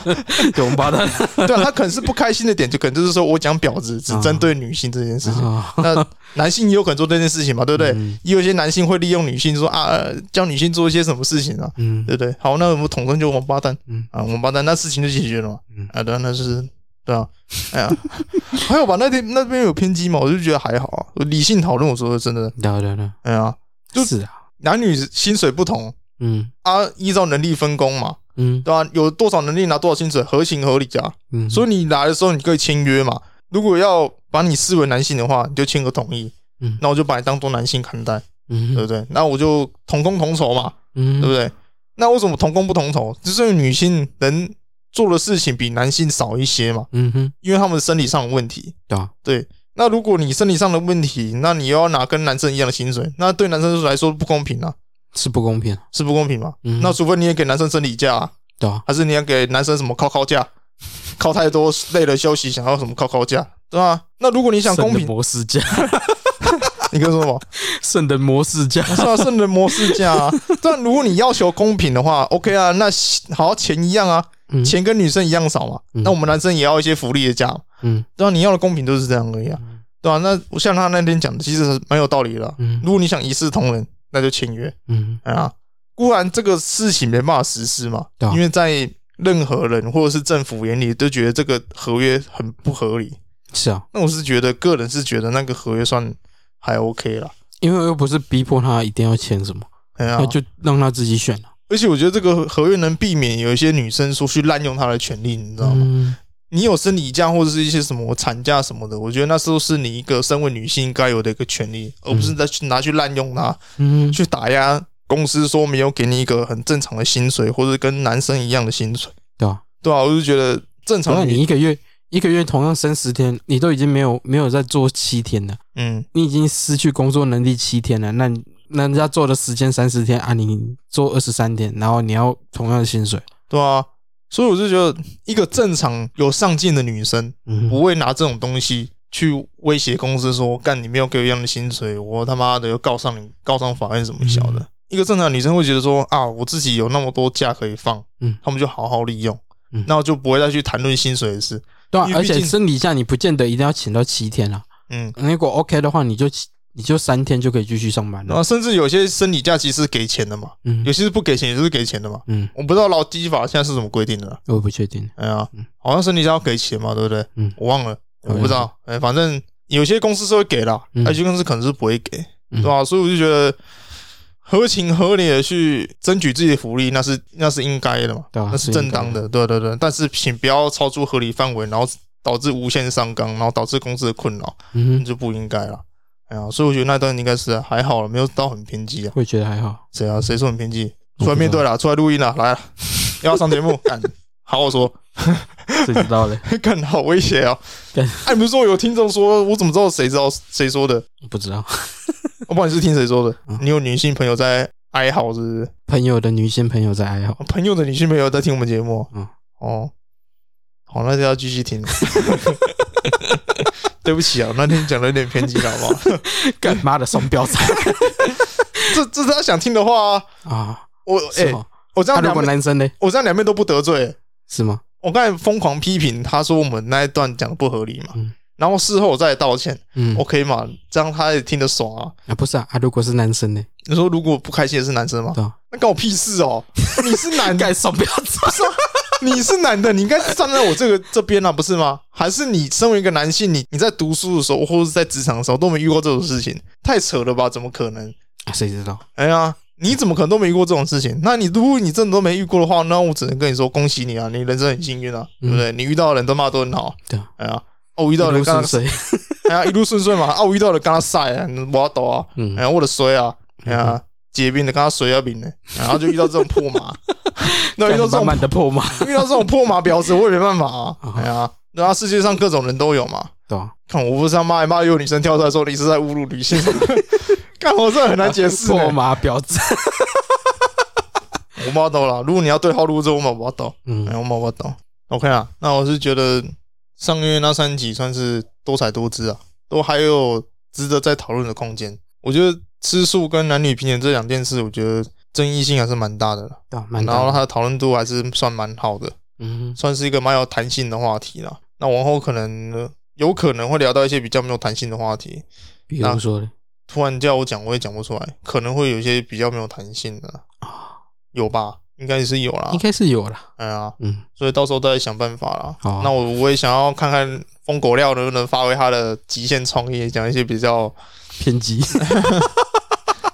对，王八蛋 对啊，他可能是不开心的点，就可能就是说我讲婊子只针对女性这件事情。啊， 那男性也有可能做这件事情嘛，对不对？嗯也有些男性会利用女性说啊，呃教女性做一些什么事情啊，嗯对不对？好，那我们统称就王八蛋，嗯啊，王八蛋，那事情就解决了嘛嗯。啊，对啊，那就是对啊，哎呀，还有吧，那天那边有偏激嘛，我就觉得还好啊。我理性讨论，我说真的，对啊对啊对啊，哎呀，是啊，男女薪水不同嗯啊，依照能力分工嘛，嗯对吧、啊有多少能力拿多少薪水，合情合理啊。嗯，所以你来的时候你可以签约嘛。如果要把你视为男性的话，你就签个同意，嗯那我就把你当做男性看待，嗯对不对？那我就同工同酬嘛，嗯呃对不对？那为什么同工不同酬？就是因为女性能做的事情比男性少一些嘛，嗯哼，因为他们生理上的问题。对啊，对，那如果你生理上的问题，那你又要拿跟男生一样的薪水，那对男生来说不公平啊，是不公平，是不公平嘛？嗯那除非你也给男生生理假、啊，对啊，还是你要给男生什么靠靠价？靠太多累了休息，想要什么靠靠价，对吧？那如果你想公圣平人，模式家，你跟我说什么？圣人模式家，是啊，圣人模式价啊。 但如果你要求公平的话，OK 啊，那好钱一样啊，嗯钱跟女生一样少嘛。嗯那我们男生也要一些福利的价嘛，嗯对啊，你要的公平就是这样而已啊，对啊，那我像他那天讲的，其实蛮有道理的啊、嗯如果你想一视同仁，那就签约，嗯啊，固然这个事情没办法实施嘛，对啊因为在任何人或者是政府眼里都觉得这个合约很不合理。是啊，那我是觉得，个人是觉得那个合约算还 OK 啦。因为我又不是逼迫他一定要签什么，哎呀、那就让他自己选啊了，而且我觉得这个合约能避免有一些女生说去滥用她的权利，你知道吗？嗯你有生理假或者是一些什么产假什么的，我觉得那时候是你一个身为女性应该有的一个权利，而不是再去拿去滥用它。嗯去打压公司，说没有给你一个很正常的薪水，或者跟男生一样的薪水，对啊，对啊，我就觉得正那常你女，一个月一个月同样三十天，你都已经没有没有在做七天了，嗯，你已经失去工作能力七天了，那那人家做的时间三十天啊，你做二十三天，然后你要同样的薪水，对啊，所以我就觉得一个正常有上进的女生嗯不会拿这种东西去威胁公司说，干你没有给我一样的薪水，我他妈的要告上你，告上法院什么小的。嗯一个正常的女生会觉得说啊，我自己有那么多假可以放，嗯他们就好好利用，嗯那我就不会再去谈论薪水的事，对啊因，为而毕竟且生理假你不见得一定要请到七天啊，嗯。如果 OK 的话，你就你就三天就可以继续上班然后了，甚至有些生理假期是给钱的嘛，嗯有些是不给钱，有些是给钱的嘛。嗯，我不知道劳基法现在是怎么规定的啦，我不确定，哎呀，好像生理假要给钱嘛，对不对？嗯我忘了，我不知道，哎，反正有些公司是会给啦，嗯有些公司可能是不会给，嗯对吧？所以我就觉得合情合理的去争取自己的福利，那是那是应该的嘛，对啊啊那是正当的，对对对。但是请不要超出合理范围，然后导致无限上纲，然后导致公司的困扰，嗯那哼，就不应该了。哎呀，所以我觉得那段应该是还好了，没有到很偏激啊。我也觉得还好。谁啊？谁说很偏激？我不知道出来面对了，出来录音了，来了，要上节目，干好好说，谁知道嘞？ 干好威胁啊！干哎，你不是说有听众说，我怎么知道谁知道谁说的？哦不知道我不管你是听谁说的嗯，你有女性朋友在哀嚎是不是？朋友的女性朋友在哀 嚎，朋友的女性朋友在听我们节目，嗯嗯，哦，好，那就要继续听了。 对不起啊，那天讲的有点偏激了，好 不好？干妈的双标仔这这是他想听的话啊。 啊！我哎、是哦，我这啊样如两果面，男生嘞，我这样两面都不得罪。是吗？我刚才疯狂批评他说我们那一段讲的不合理嘛，嗯然后事后我再来道歉、嗯， OK 嘛？这样他也听得爽啊。啊，不是啊，啊，如果是男生呢？你说如果不开心的是男生吗？对啊，那关我屁事 哦！你是男的，干双标仔，你是男的，你应该站在我这个这边啊，不是吗？还是你身为一个男性，你你在读书的时候或者是在职场的时候都没遇过这种事情？太扯了吧？怎么可能？啊谁知道？哎呀，你怎么可能都没遇过这种事情？那你如果你真的都没遇过的话，那我只能跟你说恭喜你啊，你人生很幸运啊，对嗯不对？你遇到的人都骂都很好，对啊，哎呀，哦，我遇到的一人路跟 顺他，遂，哎呀，一路顺遂嘛，啊，我遇到的跟他晒啊，我要抖啊，嗯哎，呀，我的衰啊，哎呀，结冰的跟他水要冰的，然后就遇到这种破马，那遇到这慢种慢的 破嘛，遇到这种破马婊子，我也没办法啊啊。哎呀，对啊，世界上各种人都有嘛。对啊，看，我不是要骂一骂，有女生跳出来说你是在侮辱女性，看我这很难解释、破欸。马 标志，我骂到了，如果你要对号入座，我骂不到，哎，嗯我骂不到。OK 啊，那我是觉得上个月那三集算是多彩多姿啊，都还有值得再讨论的空间。我觉得吃素跟男女平等这两件事，我觉得争议性还是蛮大的啦，对啊，蛮然后大的，它的讨论度还是算蛮好的。嗯算是一个蛮有弹性的话题啦。那往后可能呃有可能会聊到一些比较没有弹性的话题，哼，比如说嘞，突然叫我讲我也讲不出来，可能会有一些比较没有弹性的啦，有吧？应该是有啦应。该是有啦，哎呀，嗯，所以到时候再想办法啦。好啊那我我也想要看看疯狗料能不能发挥他的极限创意，讲一些比较……偏激，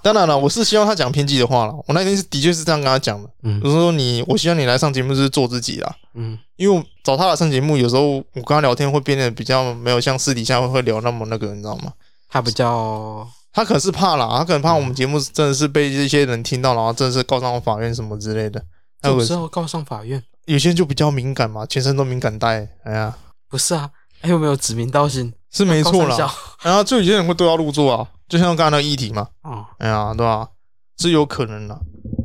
当然了，我是希望他讲偏激的话了。我那天是的确是这样跟他讲的，嗯我说你，我希望你来上节目是做自己啦。嗯因为我找他来上节目，有时候我跟他聊天会变得比较没有像私底下会聊那么那个，你知道吗？他比较他可能是怕啦，他可能怕我们节目真的是被这些人听到，然后真的是告上法院什么之类的。还有这时候告上法院，有些人就比较敏感嘛，全身都敏感带，哎呀，不是啊，还有没有指名道姓？是没错高三啦。小然哎后就有些人会对号入座啊，就像刚才那个议题嘛，哦，哎呀，对吧、是有可能啦。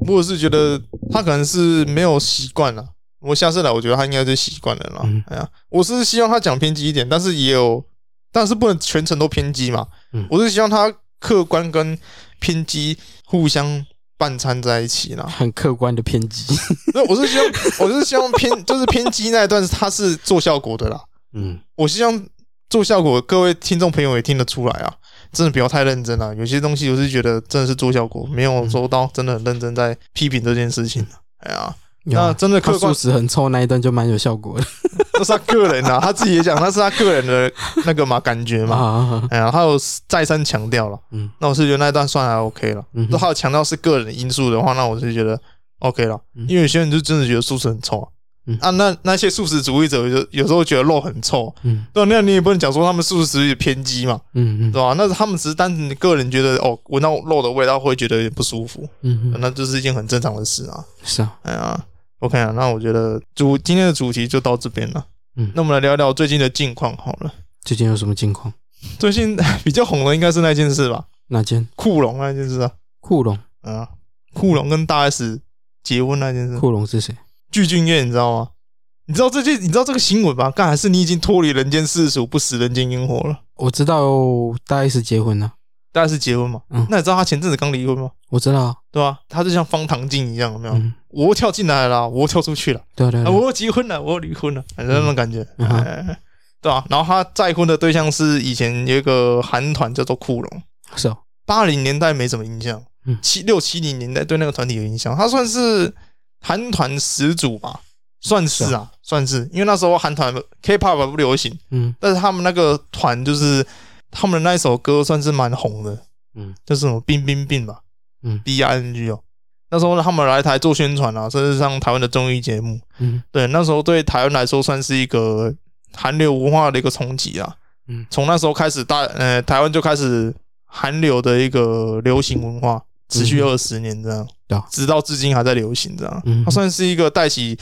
我是觉得他可能是没有习惯啦。我下次来，我觉得他应该是习惯了啦。嗯哎呀，我是希望他讲偏激一点，但是也有，但是不能全程都偏激嘛。嗯我是希望他客观跟偏激互相伴掺在一起啦。很客观的偏激， 那我是希望，我是希望偏， 就是偏激那一段，他是做效果的啦。嗯，我希望做效果，各位听众朋友也听得出来啊，真的不要太认真了、啊有些东西我是觉得真的是做效果，没有做到真的很认真在批评这件事情。哎呀，有那啊真的他客素观，食很臭那一段就蛮有效果的那是他个人 啊，他自己也讲，那是他个人的那个嘛感觉嘛。啊，哎呀，他有再三强调了，嗯那我是觉得那一段算还 OK 了。嗯如哼果他有强调是个人因素的话，那我是觉得 OK 了，嗯因为有些人就真的觉得素食很臭啊。嗯啊，那那些素食主义者有有时候觉得肉很臭，嗯对啊，那你也不能讲说他们素食主义偏激嘛，嗯嗯对吧、那他们只是单纯个人觉得哦，闻到肉的味道会觉得有点不舒服，嗯嗯，那就是一件很正常的事啊。是啊，哎呀，OK 啊，那我觉得主今天的主题就到这边了。嗯那我们来聊聊最近的近况好了。最近有什么情况？最近 比较红的应该是那件事吧，哪间？库龙那件事啊，库龙，嗯，库龙跟大 S 结婚那件事，库龙是谁？具俊晔你知道吗？你知道这件你知道这个新闻吧？干还是你已经脱离人间世俗，不食人间烟火了？我知道大 S 结婚了，大 S 结婚嘛？嗯那你知道他前阵子刚离婚吗？我知道啊，对吧、他就像方唐镜一样，有没有？嗯，我又跳进来了，我又跳出去了，对啊对啊啊、对啊，我又结婚了，我又离婚了，反正那种感觉，嗯哼哎对啊？然后他再婚的对象是以前有一个韩团叫做酷龙，是哦，八零年代没什么印象嗯，七六七零年代对那个团体有印象，他算是韩团始祖吧，算是是啊，算是，因为那时候韩团 K-pop 不流行，嗯但是他们那个团就是他们的那一首歌算是蛮红的，嗯，就是什么冰冰冰吧，嗯，B I N G 哦，那时候他们来台做宣传啊，甚至上台湾的综艺节目，嗯对，那时候对台湾来说算是一个韩流文化的一个冲击啊。嗯从那时候开始大，呃，台湾就开始韩流的一个流行文化，持续嗯二十年这样，对啊直到至今还在流行这样。嗯他算是一个带起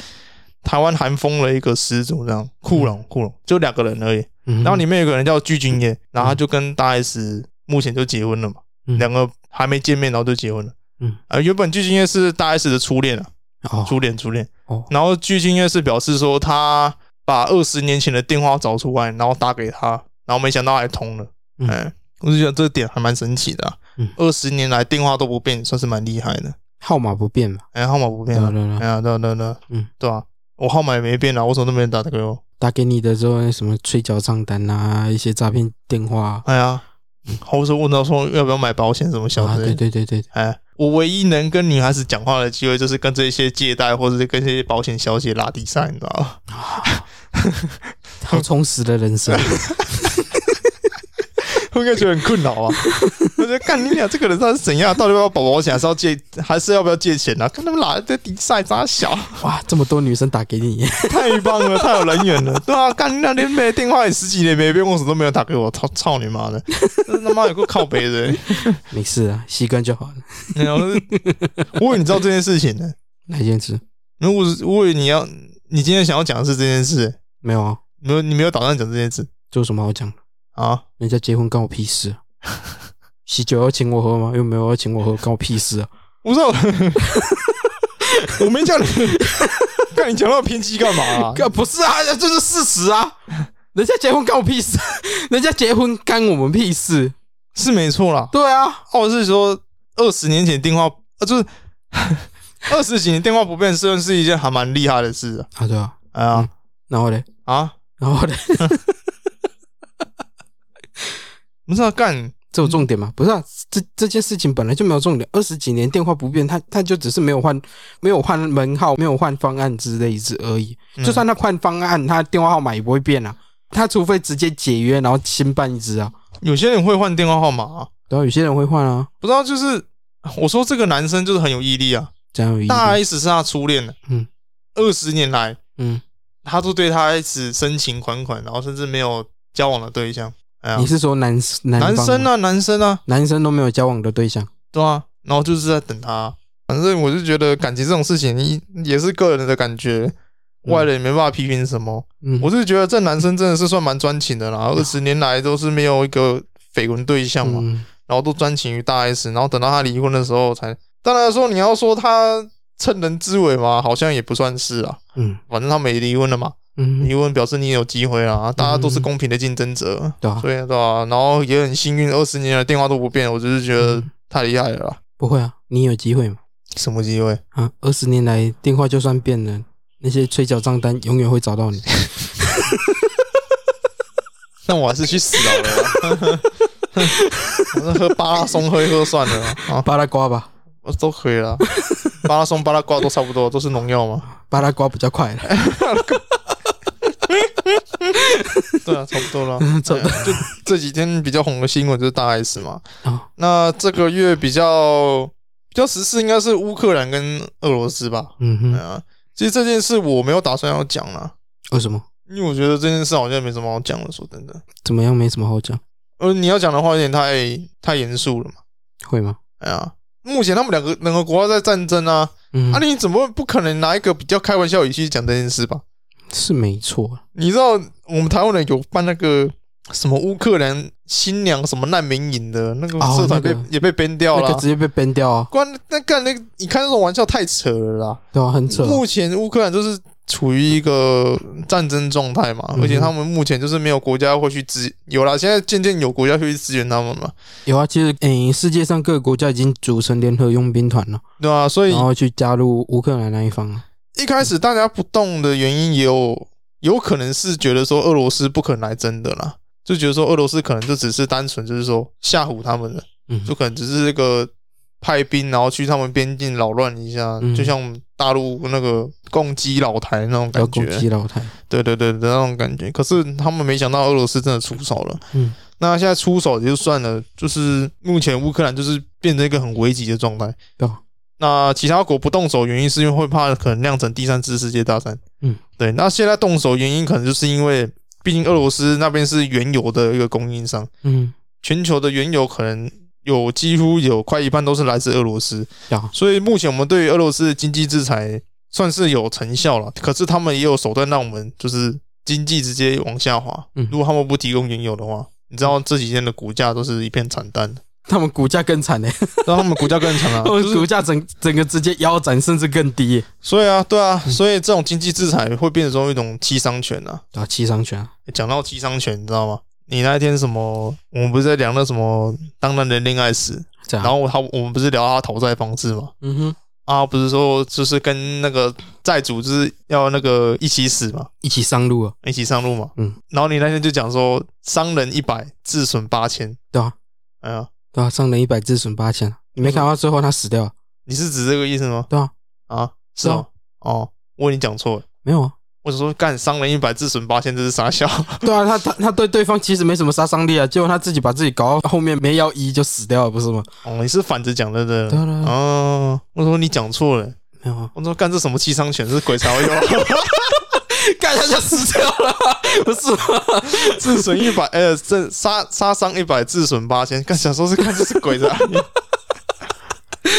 台湾韩风的一个始祖这样。酷龙，酷龙就两个人而已。嗯然后里面有个人叫具俊晔，然后他就跟大 S 目前就结婚了嘛，嗯两个还没见面，然后就结婚了。嗯，呃，原本具俊晔是大 S 的初恋啊，哦初恋初恋。哦然后具俊晔是表示说他把二十年前的电话找出来，然后打给他，然后没想到还通了。嗯哎，我就觉得这点还蛮神奇的、啊嗯。二十、年来电话都不变，算是蛮厉害的。号码不变嘛，哎、号码不变对啊啊，对啊对啊哎呀，对啊对啊对啊，嗯，对啊，我号码也没变啊，为什么都没人打这个哟？打给你的之后什么催缴账单啊，一些诈骗电话啊，哎呀，或者问到说要不要买保险什么小啊之类的。对对 对对，哎，我唯一能跟女孩子讲话的机会，就是跟这些借贷或者是跟这些保险小姐拉低赛，你知道吗？ 好充实的人生，我应该觉得很困扰 啊。我觉得干你俩这个人他是怎样？到底要不要保保险，还是要借，还是要不要借钱啊？跟他们俩在比赛咋 小？哇，啊这么多女生打给你，太棒了，太有人缘了， 对啊，干你俩连没电话也十几年没变，为什么都没有打给我？操操你妈的！ 真他妈有个靠北的、 欸。没事啊，习惯就好了。然后是我以为你知道这件事情呢、哪一件事？如果是我以为你要，你今天想要讲的是这件事、没有啊，没有，你没有打算讲这件事这有什么好讲的？啊？人家结婚关我屁事、 啊。喜酒要请我喝吗？又没有要请我喝，关我屁事啊！我说，我没叫你，看你讲到偏激干嘛、啊？ 干不是啊，这是事实啊！ 人家结婚干我屁事， 人家结婚干我们屁事。是没错啦。对啊，哦，我是说二十年前电话，啊、就是 二十几年电话不变，虽然是一件还蛮厉害的事啊。啊对啊，哎呀、然后嘞，啊，然后嘞， 不是啊，干这有重点吗？不是啊，这这件事情本来就没有重点。二十几年电话不变，他他就只是没有换，没有换门号，没有换方案之类之而已。就算他换方案，他电话号码也不会变啊。他除非直接解约，然后新办一支啊。有些人会换电话号码、啊，然后有些人会换啊，不知道就是我说这个男生就是很有毅力啊。这样有意义。大 S 是他初恋的，嗯，二十年来，嗯，他都对他 S 深情款款，然后甚至没有交往的对象。哎呀你，是说男男男方生吗？啊，男生啊，男生都没有交往的对象，对啊，然后就是在等他。反正我就觉得感情这种事情，你也是个人的感觉，嗯外人也没办法批评什么。嗯，我是觉得这男生真的是算蛮专情的啦，二十年来都是没有一个绯闻对象嘛，嗯然后都专情于大 S，然后等到他离婚的时候才。当然说你要说他趁人之危嘛，好像也不算是啊，嗯反正他们也离婚了嘛。嗯，离婚表示你也有机会啊，大家都是公平的竞争者，对啊，对啊，对啊，然后也很幸运，二十年的电话都不变，我只是觉得嗯太厉害了啦。不会啊，你有机会嘛？什么机会？啊，二十年来电话就算变了，那些催缴账单永远会找到 你。 那我还是去死好了 啦。我是喝巴拉松喝一喝算了啦啊，巴拉瓜吧，我都可以了。巴拉松、巴拉瓜都差不多，都是农药嘛。巴拉瓜比较 快了。对啊， 差不多了。嗯差不多哎呀就这几天比较红的新闻就是大 S 嘛。啊，那这个月比较比较时事应该是乌克兰跟俄罗斯吧？嗯嗯、哼，其实这件事我没有打算要讲啦，为什么？因为我觉得这件事好像没什么好讲的。说真的，怎么样？没什么好讲，呃，你要讲的话有点太太严肃了嘛。会吗？哎呀，目前他们两个两个国家在战争啊，嗯，啊，你怎么不可能拿一个比较开玩笑语气讲这件事吧？是没错啊。你知道我们台湾人有办那个什么乌克兰新娘什么难民营的那个哦社团那被、个也被 ban 掉了那啊、个直接被 ban 掉啊，关那干那个，你开那种玩笑太扯了啦！对啊，很扯啊。目前乌克兰就是处于一个战争状态嘛，嗯哼而且他们目前就是没有国家会去支有啦，现在渐渐有国家会去支援他们嘛，有啊，其实诶，世界上各个国家已经组成联合佣兵团了，对啊，所以然后去加入乌克兰那一方啊。一开始大家不动的原因也有有可能是觉得说俄罗斯不可能来真的啦，就觉得说俄罗斯可能就只是单纯就是说吓唬他们的，嗯，就可能只是一个派兵然后去他们边境扰乱一下，嗯就像我们大陆那个攻击老台那种要感攻觉，击老太。对对对的那种感觉。可是他们没想到俄罗斯真的出手了。嗯，那现在出手也就算了，就是目前乌克兰就是变成一个很危急的状态。对啊那其他国不动手，原因是因为会怕可能酿成第三次世界大战。嗯，对。那现在动手原因可能就是因为毕竟俄罗斯那边是原油的一个供应商，嗯，全球的原油可能有几乎有快一半都是来自俄罗斯，要所以目前我们对于俄罗斯的经济制裁算是有成效了。可是他们也有手段让我们就是经济直接往下滑嗯。如果他们不提供原油的话，你知道这几天的股价都是一片惨淡的， 他们股价更惨呢， 让他们股价更惨啊。他们股价整整个直接腰斩，甚至更低 耶。欸所以啊，对啊，所以这种经济制裁会变成一种七伤拳啊。对啊，七伤拳啊，讲到七伤拳，你知道吗？你那一天什么？我们不是在聊那什么当男人恋爱时，这样。啊然，后他我们不是聊他讨债方式吗？嗯哼，啊，不是说就是跟那个债主就是要那个一起死嘛，一起上路啊，一起上路嘛。嗯，然后你那天就讲说，伤人一百，自损八千。对啊，哎呀，对啊，上了一百自损八千，啊你没看到最后他死掉啊了？你是指这个意思吗？对啊，啊，是吗？哦，我已经讲错了。没 有啊？我只说干伤人一百，自损八千，这是傻笑。 对啊，他他他对对方其实没什么杀伤力啊，结果他自己把自己搞到后面没药医就死掉了，不是吗？哦，你是反着讲的，对对啊对啊哦，我说你讲错了。没有啊，我说干这什么七伤拳，是鬼才会用啊。干他就死掉了， 不是吗？自损一百， 呃，这杀杀伤一百，自损八千。看小时候是看这是鬼的。啊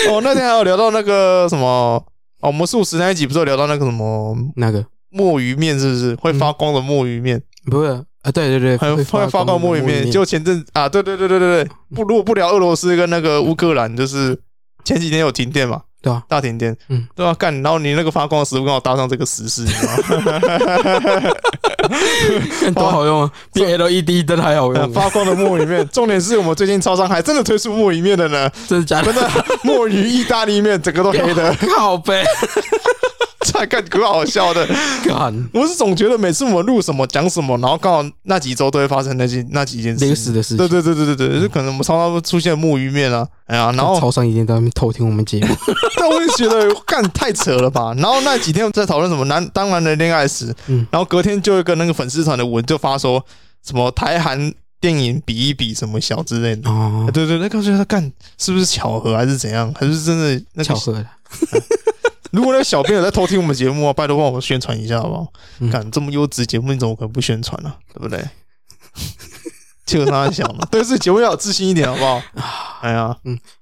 哦，那天还有聊到那个什么，哦，我们素食那一集不是有聊到那个什么那个墨鱼面，是不是会发光的墨鱼面？不是啊，对对对，还有嗯会发光光的墨鱼面。 就前阵啊，对对对对对对，不如果不聊俄罗斯跟那个乌克兰，就是前几天有停电嘛，对啊，大停电，嗯，对啊，干，然后你那个发光的食物刚好搭上这个时事，你知道吗？ 嗯看多好用啊，比 LED 灯还好呃 用啊，发光的墨鱼面，重点是我们最近超商还真的推出墨鱼面的呢。 真的假的真？的墨鱼意大利面整个都黑的，靠呗，才看可好笑的。干我是总觉得每次我们录什么讲什么，然后刚好那几周都会发生那些那几件临事时情。的事对对情。对对对对，就可能我们常常会出现墨鱼面啊，哎呀，然后超商一定在外面偷听我们节目，但我也觉得干太扯了吧。然后那几天我们在讨论什么男当男人恋爱史嗯，然后隔天就有一个那个粉丝团的文就发说什么台韩电影比一比什么小之类的。哦，对对，那个觉得干是不是巧合还是怎样，还是真的那巧个合了。如果那个小编有在偷听我们节目啊，拜托帮我们宣传一下好不好嗯？敢、这么优质节目，你怎么可能不宣传呢、对不对？就他想了，对自己节目要有自信一点，好不好？哎呀，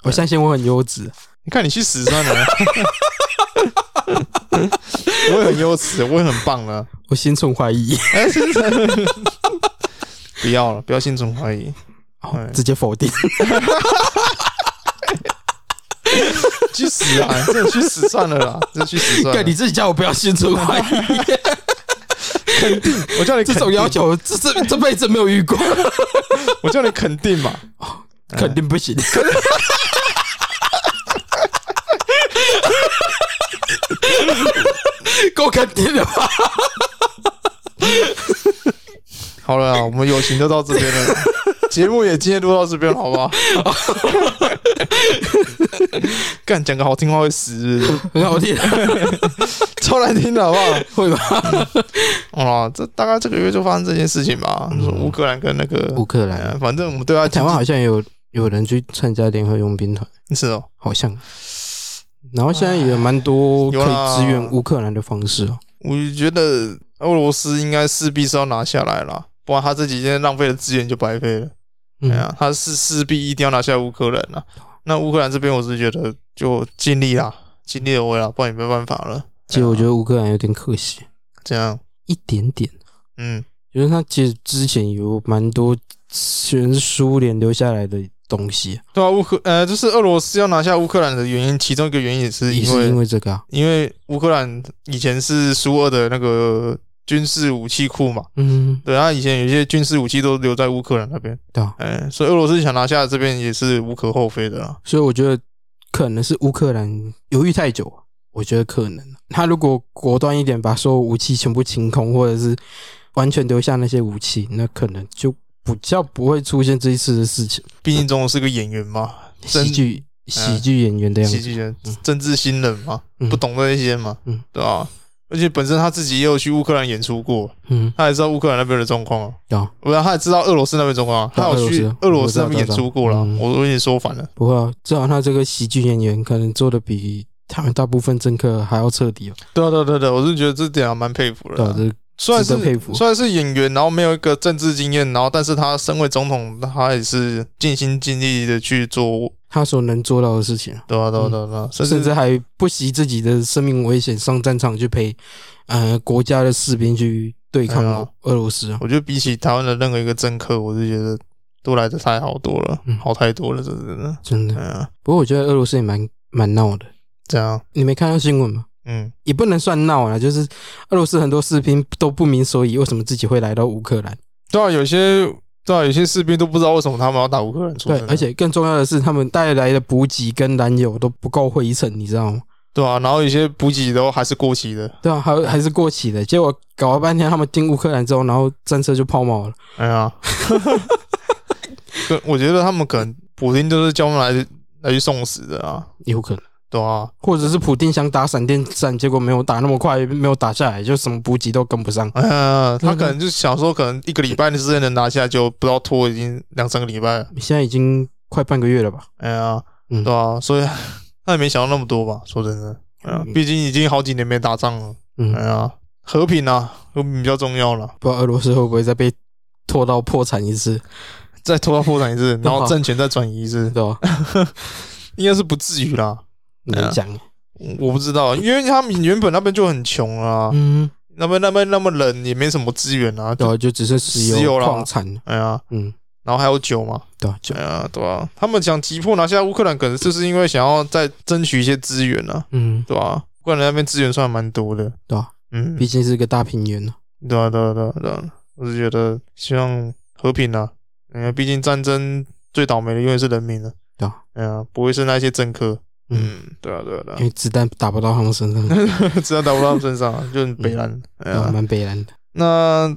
我相信我很优质，你看你去死算了。 我也很优质，我也很棒了。我心存怀疑，哎， 是是是不要了，不要心存怀疑。哎直接否定。去死啊！真的去死算了啦，真的去死算对，你了。自己叫我不要心存怀疑，我叫你这肯种定要，求这这这辈子没有遇过，我叫你肯定嘛。肯定不 行。够肯定了吧？好了啦，我们友情就到这边 了，节目也今天录到这边了，好不好？干讲个好听话会死是不是，很好听，超难听的好不好？会吧？好啦，这大概这个月就发生这件事情吧，就是乌克兰跟那个嗯乌克哎呀兰、啊反正我们对他台讲湾好像有有人去参加联合佣兵团，是哦，好像。然后现在也有蛮多可有以啦支援乌克兰的方式哦。我觉得俄罗斯应该势必是要拿下来啦，不然他这几天浪费的资源就白费了。嗯哎呀，他是势必一定要拿下乌克兰啦。那乌克兰这边，我是觉得就尽力啦，尽力而为啦，不然也没办法了。哎其实我觉得得乌克兰有点可惜，这样，一点点。嗯。就是他其实之前有蛮多全是苏联留下来的东西，对啊，乌克呃，就是俄罗斯要拿下乌克兰的原因，其中一个原因也是也因是因为为这个、啊。因为乌克兰以前是苏俄的那个军事武器库嘛，嗯，对，啊他以前有一些军事武器都留在乌克兰那边，对啊。哎、所以俄罗斯想拿下这边也是无可厚非的啊啦。所以我觉得可能是乌克兰犹豫太久，啊我觉得可能他如果果断一点，把所有武器全部清空，或者是完全留下那些武器，那可能就比较不会出现这一次的事情。毕竟中国是个演员嘛，真喜剧喜剧演员的样喜子，剧人嗯、政治新人嘛，嗯不懂这些嘛，嗯对吧、而且本身他自己也有去乌克兰演出过，嗯，他也知道乌克兰那边的状况啊，对啊，不然他也知道俄罗斯那边的状况啊，对他有去俄俄罗罗斯斯啊那边演出过了，嗯我我有点说反了。不会、啊，至少他这个喜剧演员可能做的比他们大部分政客还要彻底哦。对啊，对啊对啊对啊，我是觉得这点还蛮佩服的对啊啊。，这虽然值是得佩服虽然是演员，然后没有一个政治经验，然后但是他身为总统，他也是尽心尽力的去做，他所能做到的事情啊，对啊，对啊，对啊，对啊甚甚至至还不惜自己的生命危险上战场去陪呃国家的士兵去对抗哎呀俄罗斯啊。我觉得比起台湾的任何一个政客，我是觉得都来的太好多了，嗯好太多了，这真的，真的，嗯、啊，不过我觉得俄罗斯也蛮蛮闹的，这样，你没看到新闻吗？嗯，也不能算闹啊，就是俄罗斯很多士兵都不明所以，为什么自己会来到乌克兰？对啊，有些对啊，有些士兵都不知道为什么他们要打乌克兰出啊对，而且更重要的是，他们带来的补给跟燃油都不够灰尘，你知道吗？对啊，然后有些补给都还是过期的，对啊，还还是过期的。结果搞了半天，他们进乌克兰之后，然后战车就抛锚了。哎呀，对，我觉得他们 可能补丁都是叫他们来来去送死的啊，有可能，对啊，或者是普丁想打闪电战，结果没有打那么快，没有打下来，就什么补给都跟不上。哎呀，他可能就想说，可能一个礼拜的时间能拿下，就不知道拖已经两三个礼拜了，现在已经快半个月了吧？哎呀，嗯对啊，所以 他也没想到那么多吧，说真的，哎呀嗯毕竟已经好几年没打仗了，嗯，哎呀，和平啊，和平比较重要了，不知道俄罗斯会不会再被拖到破产一次，再拖到破产一 次，然后政权再转移一次，对 吧？应该是不至于啦。难讲。嗯我我不知道，因为他们原本那边就很穷啊，嗯，那边那边那么冷，也没什么资源啊。对就啊，就只是石石油油啦矿产。哎呀，嗯，然后还有酒嘛，对啊，就哎呀，对吧、他们想急迫拿下乌克兰，可能就是因为想要再争取一些资源啊，嗯，对吧、乌克兰那边资源算蛮多的，对啊，嗯，毕竟是个大平原呢。对啊，对啊，对啊，对啊，我是觉得希望和平啊，哎呀，毕竟战争最倒霉的永远是人民啊，对啊，哎呀，不会是那些政客，嗯嗯，对啊，对啊，对啊因，为子弹打不到他们 身上， 只要打不到他们身上啊，就很北兰，哎对啊呀，蛮悲然的。那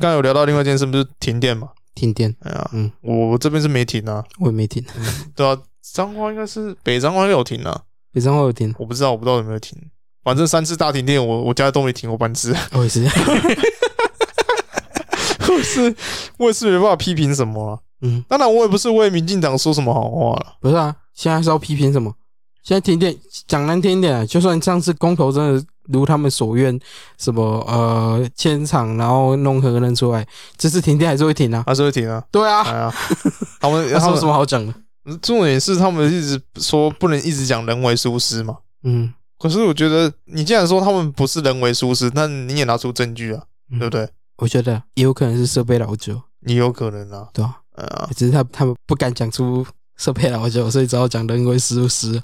刚才有聊到另外一件事，不是停电嘛？停电，哎呀，嗯，我我这边是没停啊，我也没停， 对啊，彰化应该是北彰化应该有停啊，北上我有停，我不知道，我不知道有没有停。反正三次大停电，我我家都没停过半次， 我也是。我是我也是没办法批评什么啊。嗯，当然我也不是为民进党说什么好话了。不是啊，现在是要批评什么？现在停电，讲难听一点啊，就算上次公投真的如他们所愿，什么呃迁厂，然后弄核能出来，这次停电还是会停啊。还是会停啊，对啊，哎呀，他 们那他 有什们么好讲的？重点是他们一直说不能一直讲人为疏失嘛。嗯，可是我觉得你既然说他们不是人为疏失，那你也拿出证据啊，嗯对不对？我觉得也有可能是设备老旧，你有可能啊，对吧、哎呀，只是他他们不敢讲出设备老旧，所以只好讲人为疏失。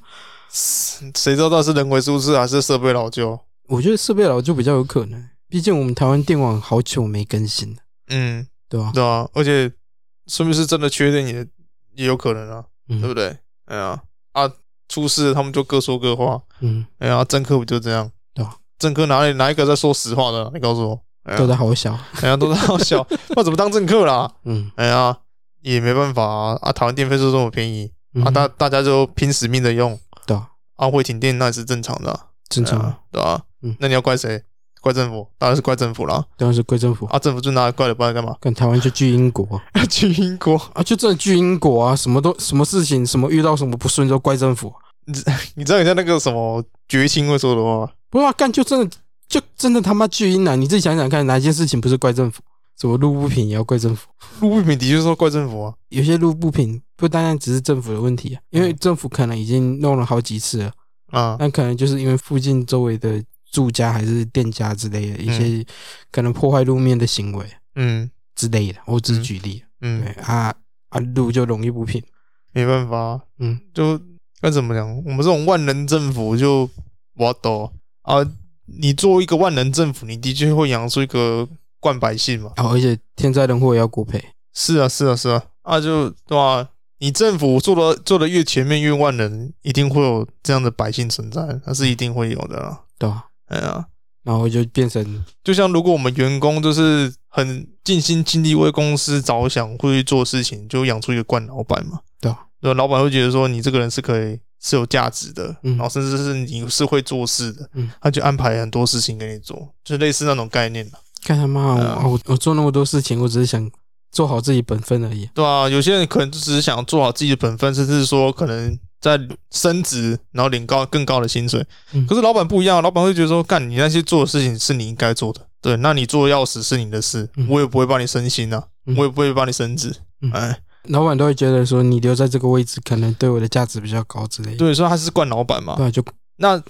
谁知道到底是人为疏失还是设备老旧？我觉得设备老旧比较有可能，毕竟我们台湾电网好久没更新了，嗯，对吧、对啊，而且说明是真的缺电也也有可能啊，对不嗯对？哎呀，啊，出事了他们就各说各话，嗯，哎呀，政客不就这样？对啊，政客哪里哪一个在说实话的？你告诉我，哎都呀，在好小，哎呀，都在好 笑，那怎么当政客啦？嗯哎呀，也没办法啊，啊，台湾电费就这么便宜，嗯啊，大大家就拼死命的用，对啊，啊，会停电那也是正常的啊，正常哎啊，呀对啊嗯，那你要怪谁？怪政府，当然是怪政府啦。当然是归政府。啊，政府就拿来怪了，不然 干嘛？跟台湾就去英国啊去英国？啊，就真的去英国啊，什么都什么事情，什么遇到什么不顺就怪政府，你知道人家那个什么绝亲会说的话吗？不是啊，干就真的就真的他妈巨婴啊！你自己想想看，哪件事情不是怪政府？什么路不平也要怪政府，陆不平的确说怪政府啊，有些路不平不单单只是政府的问题啊，因为政府可能已经弄了好几次了，啊，但可能就是因为附近周围的住家还是店家之类的一些可能破坏路面的行为嗯之类的，我只是举例，对嗯，啊啊路就容易不平，没办法，啊嗯，就该怎么讲？我们这种万能政府就我懂啊，你作为一个万能政府，你的确会养出一个惯百姓嘛。然、后而且天灾人祸也要国赔，是啊，是啊，是啊，啊就对吧、你政府做的做的越前面越万能，一定会有这样的百姓存在，那是一定会有的啦。对吧、哎呀、然后就变成就像如果我们员工就是很尽心尽力为公司着想，会去做事情，就养出一个惯老板嘛。对啊对，老板会觉得说你这个人是可以是有价值的，然嗯后甚至是你是会做事的，嗯他就安排很多事情给你做，就类似那种概念啦。干他妈，对啊我我我做那么多事情，我只是想做好自己本分而已。对啊，有些人可能就只是想做好自己的本分，甚至说可能在升职，然后领高更高的薪水。嗯啊可是老板不一样，老板会觉得说，干你那些做的事情是你应该做的，对，那你做钥匙是你的事，嗯我也不会帮你升薪啊，嗯我也不会帮你升职嗯。哎，老板都会觉得说你留在这个位置可能对我的价值比较高之类的，对，所以他是惯老板嘛对。啊，就那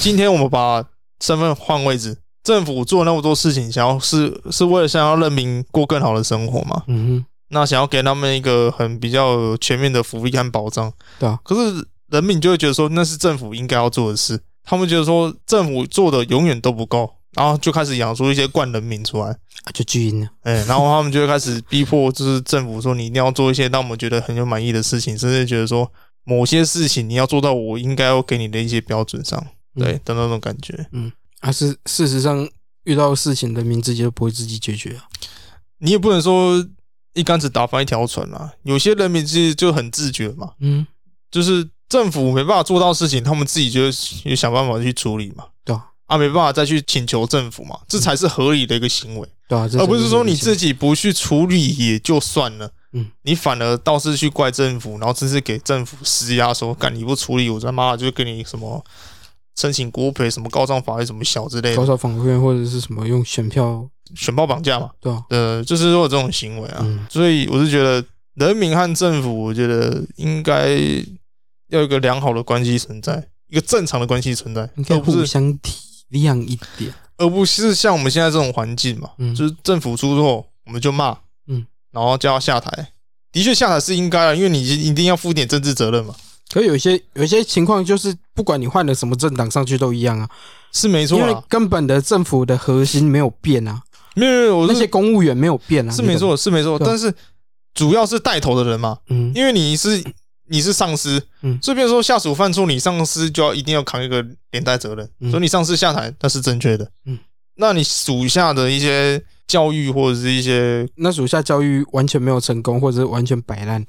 今天我们把身份换位置，政府做那么多事情，想要是是为了想要人民过更好的生活嘛？嗯那想要给他们一个很比较全面的福利和保障，对啊可是人民就会觉得说那是政府应该要做的事，他们觉得说政府做的永远都不够，然后就开始养出一些惯人民出来，哼，啊就巨婴了，哎、然后他们就会开始逼迫，就是政府说你一定要做一些让我们觉得很有满意的事情，甚至觉得说某些事情你要做到我应该要给你的一些标准上，对嗯的那种感觉。啊是事实上遇到事情人民自己都不会自己解决啊，你也不能说一竿子打翻一条船啦，有些人民其实就很自觉嘛，嗯，就是政府没办法做到事情，他们自己就也想办法去处理嘛。对啊啊，没办法再去请求政府嘛，这才是合理的一个行为，对啊，这而不是说你自己己不去处理也就算了，嗯，你反而倒是去怪政府，然后真是给政府施压说，干你不处理，我他妈的就给你什么申请国赔、什么告上法院、什么小之类搞的，找反馈或者是什么用选票，选报绑架嘛，对啊，呃，就是说有这种行为啊，嗯所以我是觉得人民和政府，我觉得应该要有一个良好的关系存在，一个正常的关系存在应，该而不互是相体谅一点，而不是像我们现在这种环境嘛，嗯就是政府出错我们就骂，嗯，然后叫他下台。的确下台是应该啊的，因为你一定要负点政治责任嘛，可有一些有一些情况就是不管你换了什么政党上去都一样啊，是没错因为啦。根本的政府的核心没有变啊，没有没有，我那些是公务员没有变啊，是没你懂错吗，是没错，对啊但是主要是带头的人嘛，嗯，因为你是你是上司，嗯所以变成说下属犯错，你上司就要一定要扛一个连带责任，嗯所以你上司下台那是正确的，嗯，那你属下的一些教育或者是一些，那属下教育完全没有成功，或者是完全摆烂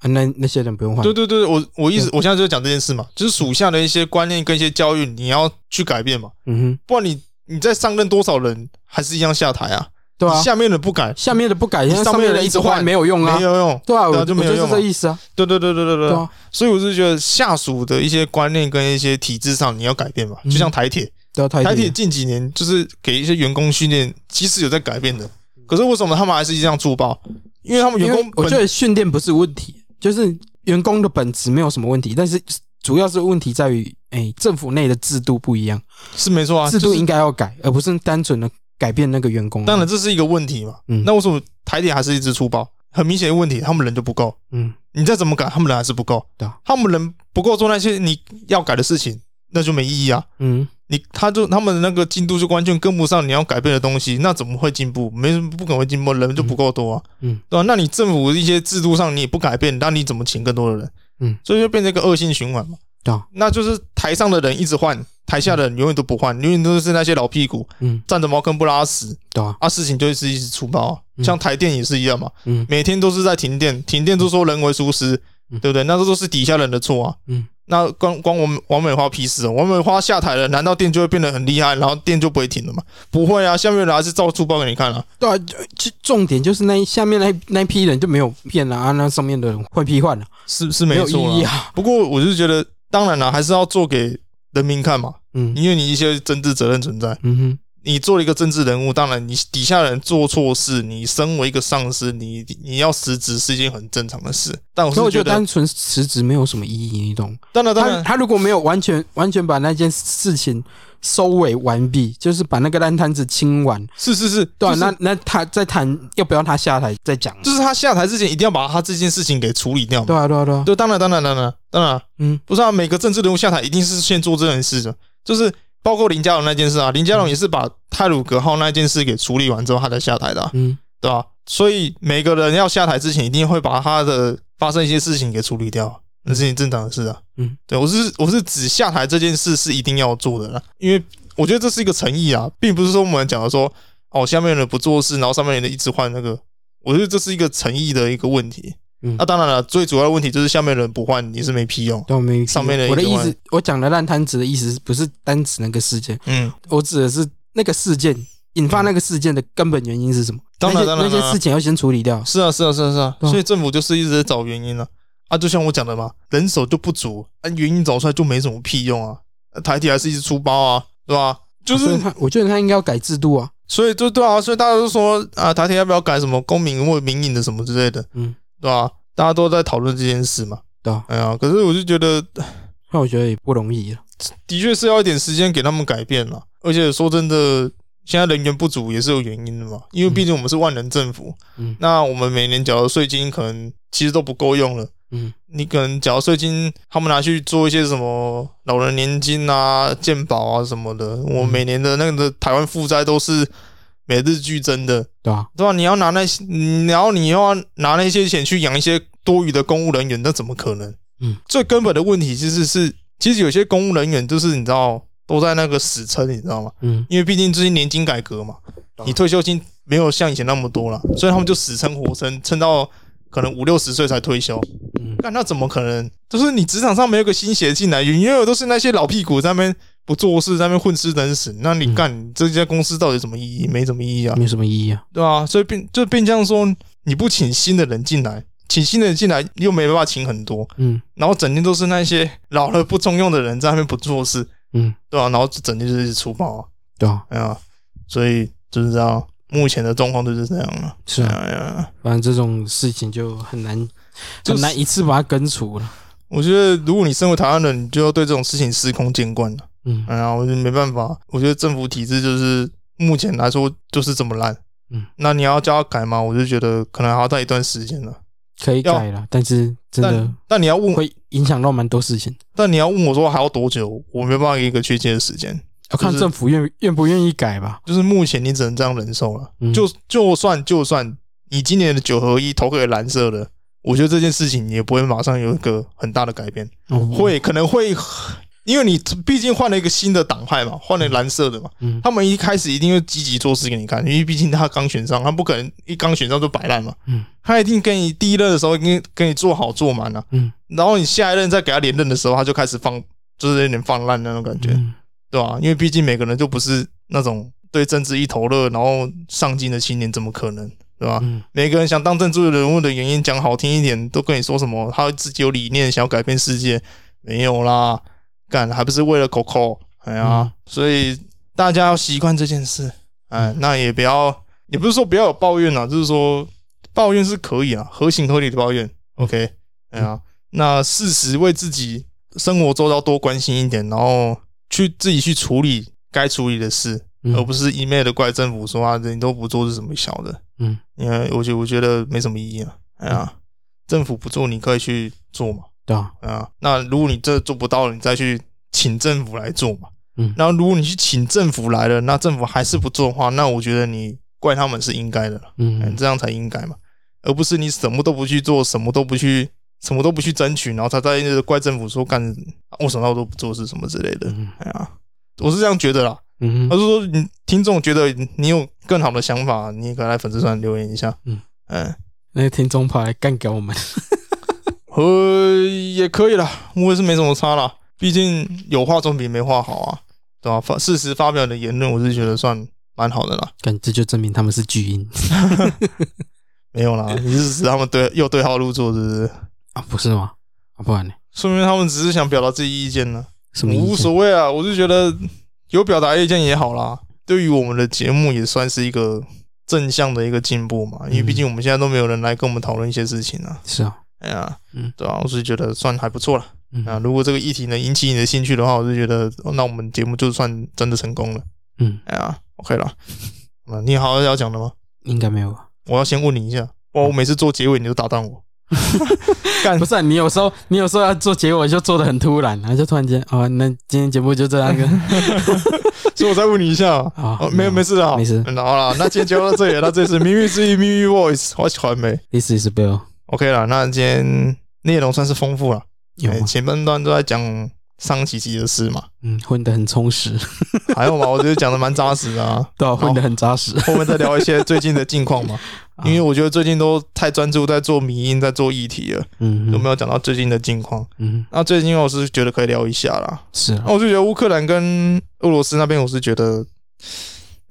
啊，那那些人不用换。对对对，我我意思我现在就讲这件事嘛，就是属下的一些观念跟一些教育你要去改变嘛，嗯哼，不然你你再上任多少人还是一样下台啊，对啊你，下面的不改下面的不改，你现在上上面面的的一一直直换换没有用啊没。有用，对对啊，啊我我就就没有是用啊这意思啊。对对对对对对对对，啊，所以我是觉得下属的一些观念跟一些体制上你要改变嘛，就嗯像台铁。对啊，台台铁铁近几年就是给一些员工训练，其实有在改变的。可是为什么他们还是这样粗暴？因为他们员因为工我本觉得训练不是问题，就是员工的本质没有什么问题，但是主要是问题在于，哎，政府内的制度不一样，是没错啊，制就度是应该要改，而不是单纯的改变那个员工。啊当然，这是一个问题嘛。嗯那为什么台铁还是一直粗暴？很明显的问题，他们人就不够。嗯，你再怎么改，他们人还是不够。对啊他们人不够做那些你要改的事情，那就没意义啊。嗯你他就他们那个进度就完全跟不上你要改变的东西，那怎么会进步？没不可能会进步，人就不够多啊，嗯嗯对吧、那你政府一些制度上你也不改变，那你怎么请更多的人？嗯，所以就变成一个恶性循环嘛。对啊那就是台上的人一直换，台下的人永远都不换，永远都是那些老屁股嗯，站着茅坑不拉屎对啊，啊，事情就是一直出包啊、嗯像台电也是一样嘛，嗯每天都是在停电，停电都说人为疏失，嗯对不对？那这都是底下人的错啊。嗯，那关关王王美花屁事哦，王美花下台了，难道电就会变得很厉害，然后电就不会停了吗？不会啊，下面人还是照出包给你看啊。对啊，就就重点就是那一下面那一那一批人就没有骗了啊，那上面的人会批换了，是是没没有错意义啦。啊。不过我是觉得，当然了，还是要做给人民看嘛，嗯因为你一些政治责任存在。嗯哼，你做了一个政治人物，当然你底下人做错事，你身为一个上司，你你要辞职是一件很正常的事。但我所以是我觉觉得得，单纯辞职没有什么意义，你懂？当然当他然，他如果没有完全完全把那件事情收尾完毕，就是把那个烂摊子清完，是是是，对啊，就是那那他再谈要不要他下台再讲。啊就是他下台之前一定要把他这件事情给处理掉嘛。对啊，对啊，对啊，对，当然，当然，当然，当然，嗯，不是啊，每个政治人物下台一定是先做这件事的，就是包括林佳龙那件事啊，林佳龙也是把泰鲁格号那件事给处理完之后，他才下台的啊、嗯，对吧、所以每个人要下台之前，一定会把他的发生一些事情给处理掉，那是很正常的事啊。嗯，对我是我是指下台这件事是一定要做的啦，因为我觉得这是一个诚意啊，并不是说我们讲的说哦下面人不做事，然后上面人一直换那个，我觉得这是一个诚意的一个问题。嗯那当然了，最主要的问题就是下面人不换，你是没屁用。对啊，没上面的我的一句意话思，我讲的烂摊子的意思不是单指那个事件，嗯，我指的是那个事件引发那个事件的根本原因是什么？当然那些当然那当然些事情要先处理掉。是啊，是啊，是啊，是啊，对啊所以政府就是一直在找原因啊。啊，就像我讲的嘛，人手就不足，啊，原因找出来就没什么屁用啊。呃台铁还是一直出包啊，对吧？就所以是他，我觉得他应该要改制度啊，所以就对啊，所以大家都说啊，台铁要不要改什么公民或民营的什么之类的，嗯，对吧、大家都在讨论这件事嘛。对啊，哎呀，可是我就觉得，那我觉得也不容易啊了。的确是要一点时间给他们改变了。而且说真的，现在人员不足也是有原因的嘛，因为毕竟我们是万能政府，嗯那我们每年缴的税金可能其实都不够用了。嗯，你可能缴的税金，他们拿去做一些什么老人年金啊、健保啊什么的。我每年的那个台湾负债都是每日剧增的，对啊，对吧？你要拿那些，你然后你又要拿那些钱去养一些多余的公务人员，那怎么可能？嗯，最根本的问题其实是，其实有些公务人员就是你知道都在那个死撑，你知道吗？嗯，因为毕竟最近年金改革嘛，你退休金没有像以前那么多了，所以他们就死撑活撑，撑到可能五六十岁才退休。嗯但那怎么可能？就是你职场上没有个新血进来，永远有都是那些老屁股在那边不做事，在那边混吃等死。那你嗯干、你这家公司到底有什么意义？没什么意义啊。没什么意义啊。对啊，所以变就变相说，你不请新的人进来，请新的人进来又没办法请很多，嗯然后整天都是那些老了不中用的人在那边不做事，嗯，对啊，然后就整天就是出包啊，对啊，哎呀，所以就是这样，目前的状况就是这样了，是啊，哎呀，反正这种事情就很难就很是难一次把它根除了。我觉得如果你身为台湾人，你就要对这种事情司空见惯了，嗯哎呀，我觉得没办法，我觉得政府体制就是目前来说就是这么烂，嗯，那你要叫他改吗？我就觉得可能还要待一段时间了，可以改了，但是真的但但你要问会影响到蛮多事情。但你要问我说还要多久，我没办法给一个确切的时间。要看就是政府愿愿不愿意改吧。就是目前你只能这样忍受了。嗯就就算就算你今年的九合一投给蓝色的，我觉得这件事情也不会马上有一个很大的改变，哦会可能会，因为你毕竟换了一个新的党派嘛，换了蓝色的嘛，嗯他们一开始一定会积极做事给你看，因为毕竟他刚选上，他不可能一刚选上就摆烂嘛，嗯他一定给你第一任的时候给你给你做好做满啊，嗯然后你下一任再给他连任的时候，他就开始放，就是有点放烂那种感觉。嗯对吧、因为毕竟每个人就不是那种对政治一头热，然后上进的青年，怎么可能，对吧、嗯每个人想当政治人物的原因，讲好听一点，都跟你说什么他自己有理念，想要改变世界，没有啦，干还不是为了 Coco，哎呀，嗯所以大家要习惯这件事，哎，那也不要，也不是说不要有抱怨啊，就是说抱怨是可以啊，合情合理的抱怨，OK，哎呀，那适时为自己生活周遭多关心一点，然后去自己去处理该处理的事，嗯而不是一昧的怪政府说啊，你都不做是什么小的。嗯，因为我觉得我觉得没什么意义啊。哎呀，政府不做，你可以去做嘛。对啊，哎呀，那如果你这做不到了，你再去请政府来做嘛。嗯然后如果你去请政府来了，那政府还是不做的话，那我觉得你怪他们是应该的了，嗯，嗯这样才应该嘛，而不是你什么都不去做，什么都不去，什么都不去争取，然后他在那怪政府说干为什么我都不做事什么之类的。嗯哎呀，我是这样觉得啦。嗯他是说你听众觉得你有更好的想法，你也可以来粉丝团留言一下。嗯嗯，那个听众跑来干掉我们，呃，也可以啦，我也是没什么差啦，毕竟有话总比没话好啊，对吧、发事实发表的言论，我是觉得算蛮好的啦，感这就证明他们是巨婴 没有啦，你是指他们对又对号入座，是不是？啊，不是吗？啊，不然呢？说明他们只是想表达自己意见呢，什么意思？无所谓啊，我是觉得有表达意见也好啦，对于我们的节目也算是一个正向的一个进步嘛，因为毕竟我们现在都没有人来跟我们讨论一些事情啊。是啊，哎呀，嗯对啊，我是觉得算还不错了。嗯啊，如果这个议题能引起你的兴趣的话，我是觉得哦那我们节目就算真的成功了。嗯，哎呀，OK 了。 啊，你好要讲的吗？应该没有吧？我要先问你一下，哇，我每次做结尾你就打断我，干 不是啊、你有时候你有时候要做结尾就做的很突然，然后就突然间哦，那今天节目就这样一 个 所以我再问你一下。啊哦，没有没事的，没事嗯好啦，那今天就到 这里了，那这是《咪咪之音》《咪咪 Voice》，我喜欢没，This is Bill， ？OK 了，那今天内容算是丰富了，有哎吗？前半段都在讲上几集的事嘛，嗯，混得很充实，还有嘛，我觉得讲的蛮扎实的啊。 对啊，混得很扎实，后面再聊一些最近的近况 嘛，啊因为我觉得最近都太专注在做迷音，在做议题了，嗯都嗯没有讲到最近的近况。嗯，那最近我是觉得可以聊一下啦。是啊那，我就觉得乌克兰跟俄罗斯那边，我是觉得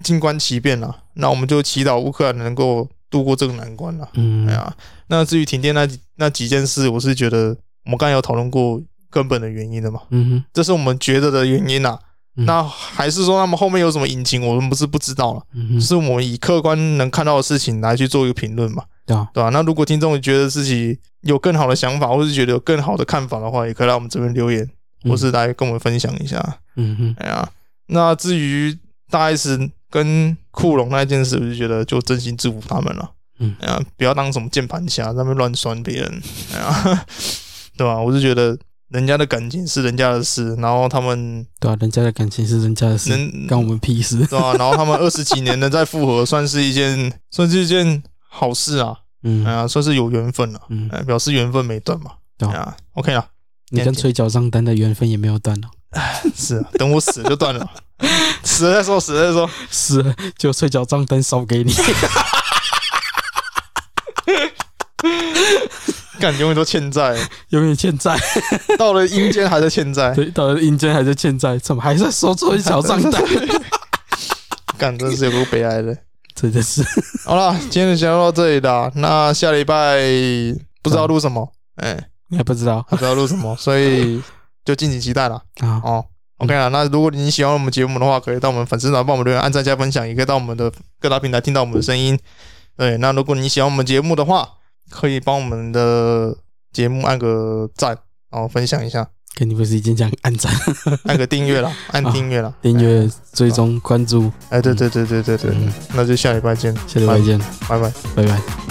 静观其变啦。那我们就祈祷乌克兰能够度过这个难关啦。嗯哎呀，那至于停电那几那几件事，我是觉得我们刚才有讨论过根本的原因的嘛，嗯哼这是我们觉得的原因啦。啊嗯那还是说他们后面有什么隐情，我们不是不知道了，嗯哼，是我们以客观能看到的事情来去做一个评论嘛，对啊，对吧、那如果听众觉得自己有更好的想法，或是觉得有更好的看法的话，也可以来我们这边留言，嗯或是来跟我们分享一下。嗯哼，哎呀，那至于大 S 跟库龙那件事，我就觉得就真心祝福他们了。嗯哎呀，不要当什么键盘侠，在那边乱酸别人，哎呀， 对吧、我是觉得人家的感情是人家的事，然后他们对啊，人家的感情是人家的事，能干我们屁事。对吧、啊然后他们二十几年的再复合，算是一件算是一件好事啊，哎嗯呀，算是有缘分了、嗯，哎，表示缘分没断嘛，对哎啊呀，OK 啦，你跟吹角上单的缘分也没有断哦，是啊，等我死了就断了，死了再说，死了再说。是，就吹角上单烧给你。感永远都欠债，永远欠债，到了阴间还在欠债， 对，到了阴间还在欠债，怎么还在收吹角上单？ 感真是有够悲哀的。真的是，好啦，今天的节目到这里啦，那下礼拜不知道录什么，哎、你还不知道不知道录什么，所哎以就敬请期待啦。啊？哦，OK 啦，那如果你喜欢我们节目的话，可以到我们粉丝团帮我们留言、按赞、加分享，也可以到我们的各大平台听到我们的声音。对，那如果你喜欢我们节目的话，可以帮我们的节目按个赞，然后分享一下，跟你不是已经讲按赞、按个订阅 啦，按订阅啦，订阅、追踪、关注？哎，对对对对对对，嗯那就下礼拜见，下礼拜见，拜拜。拜拜。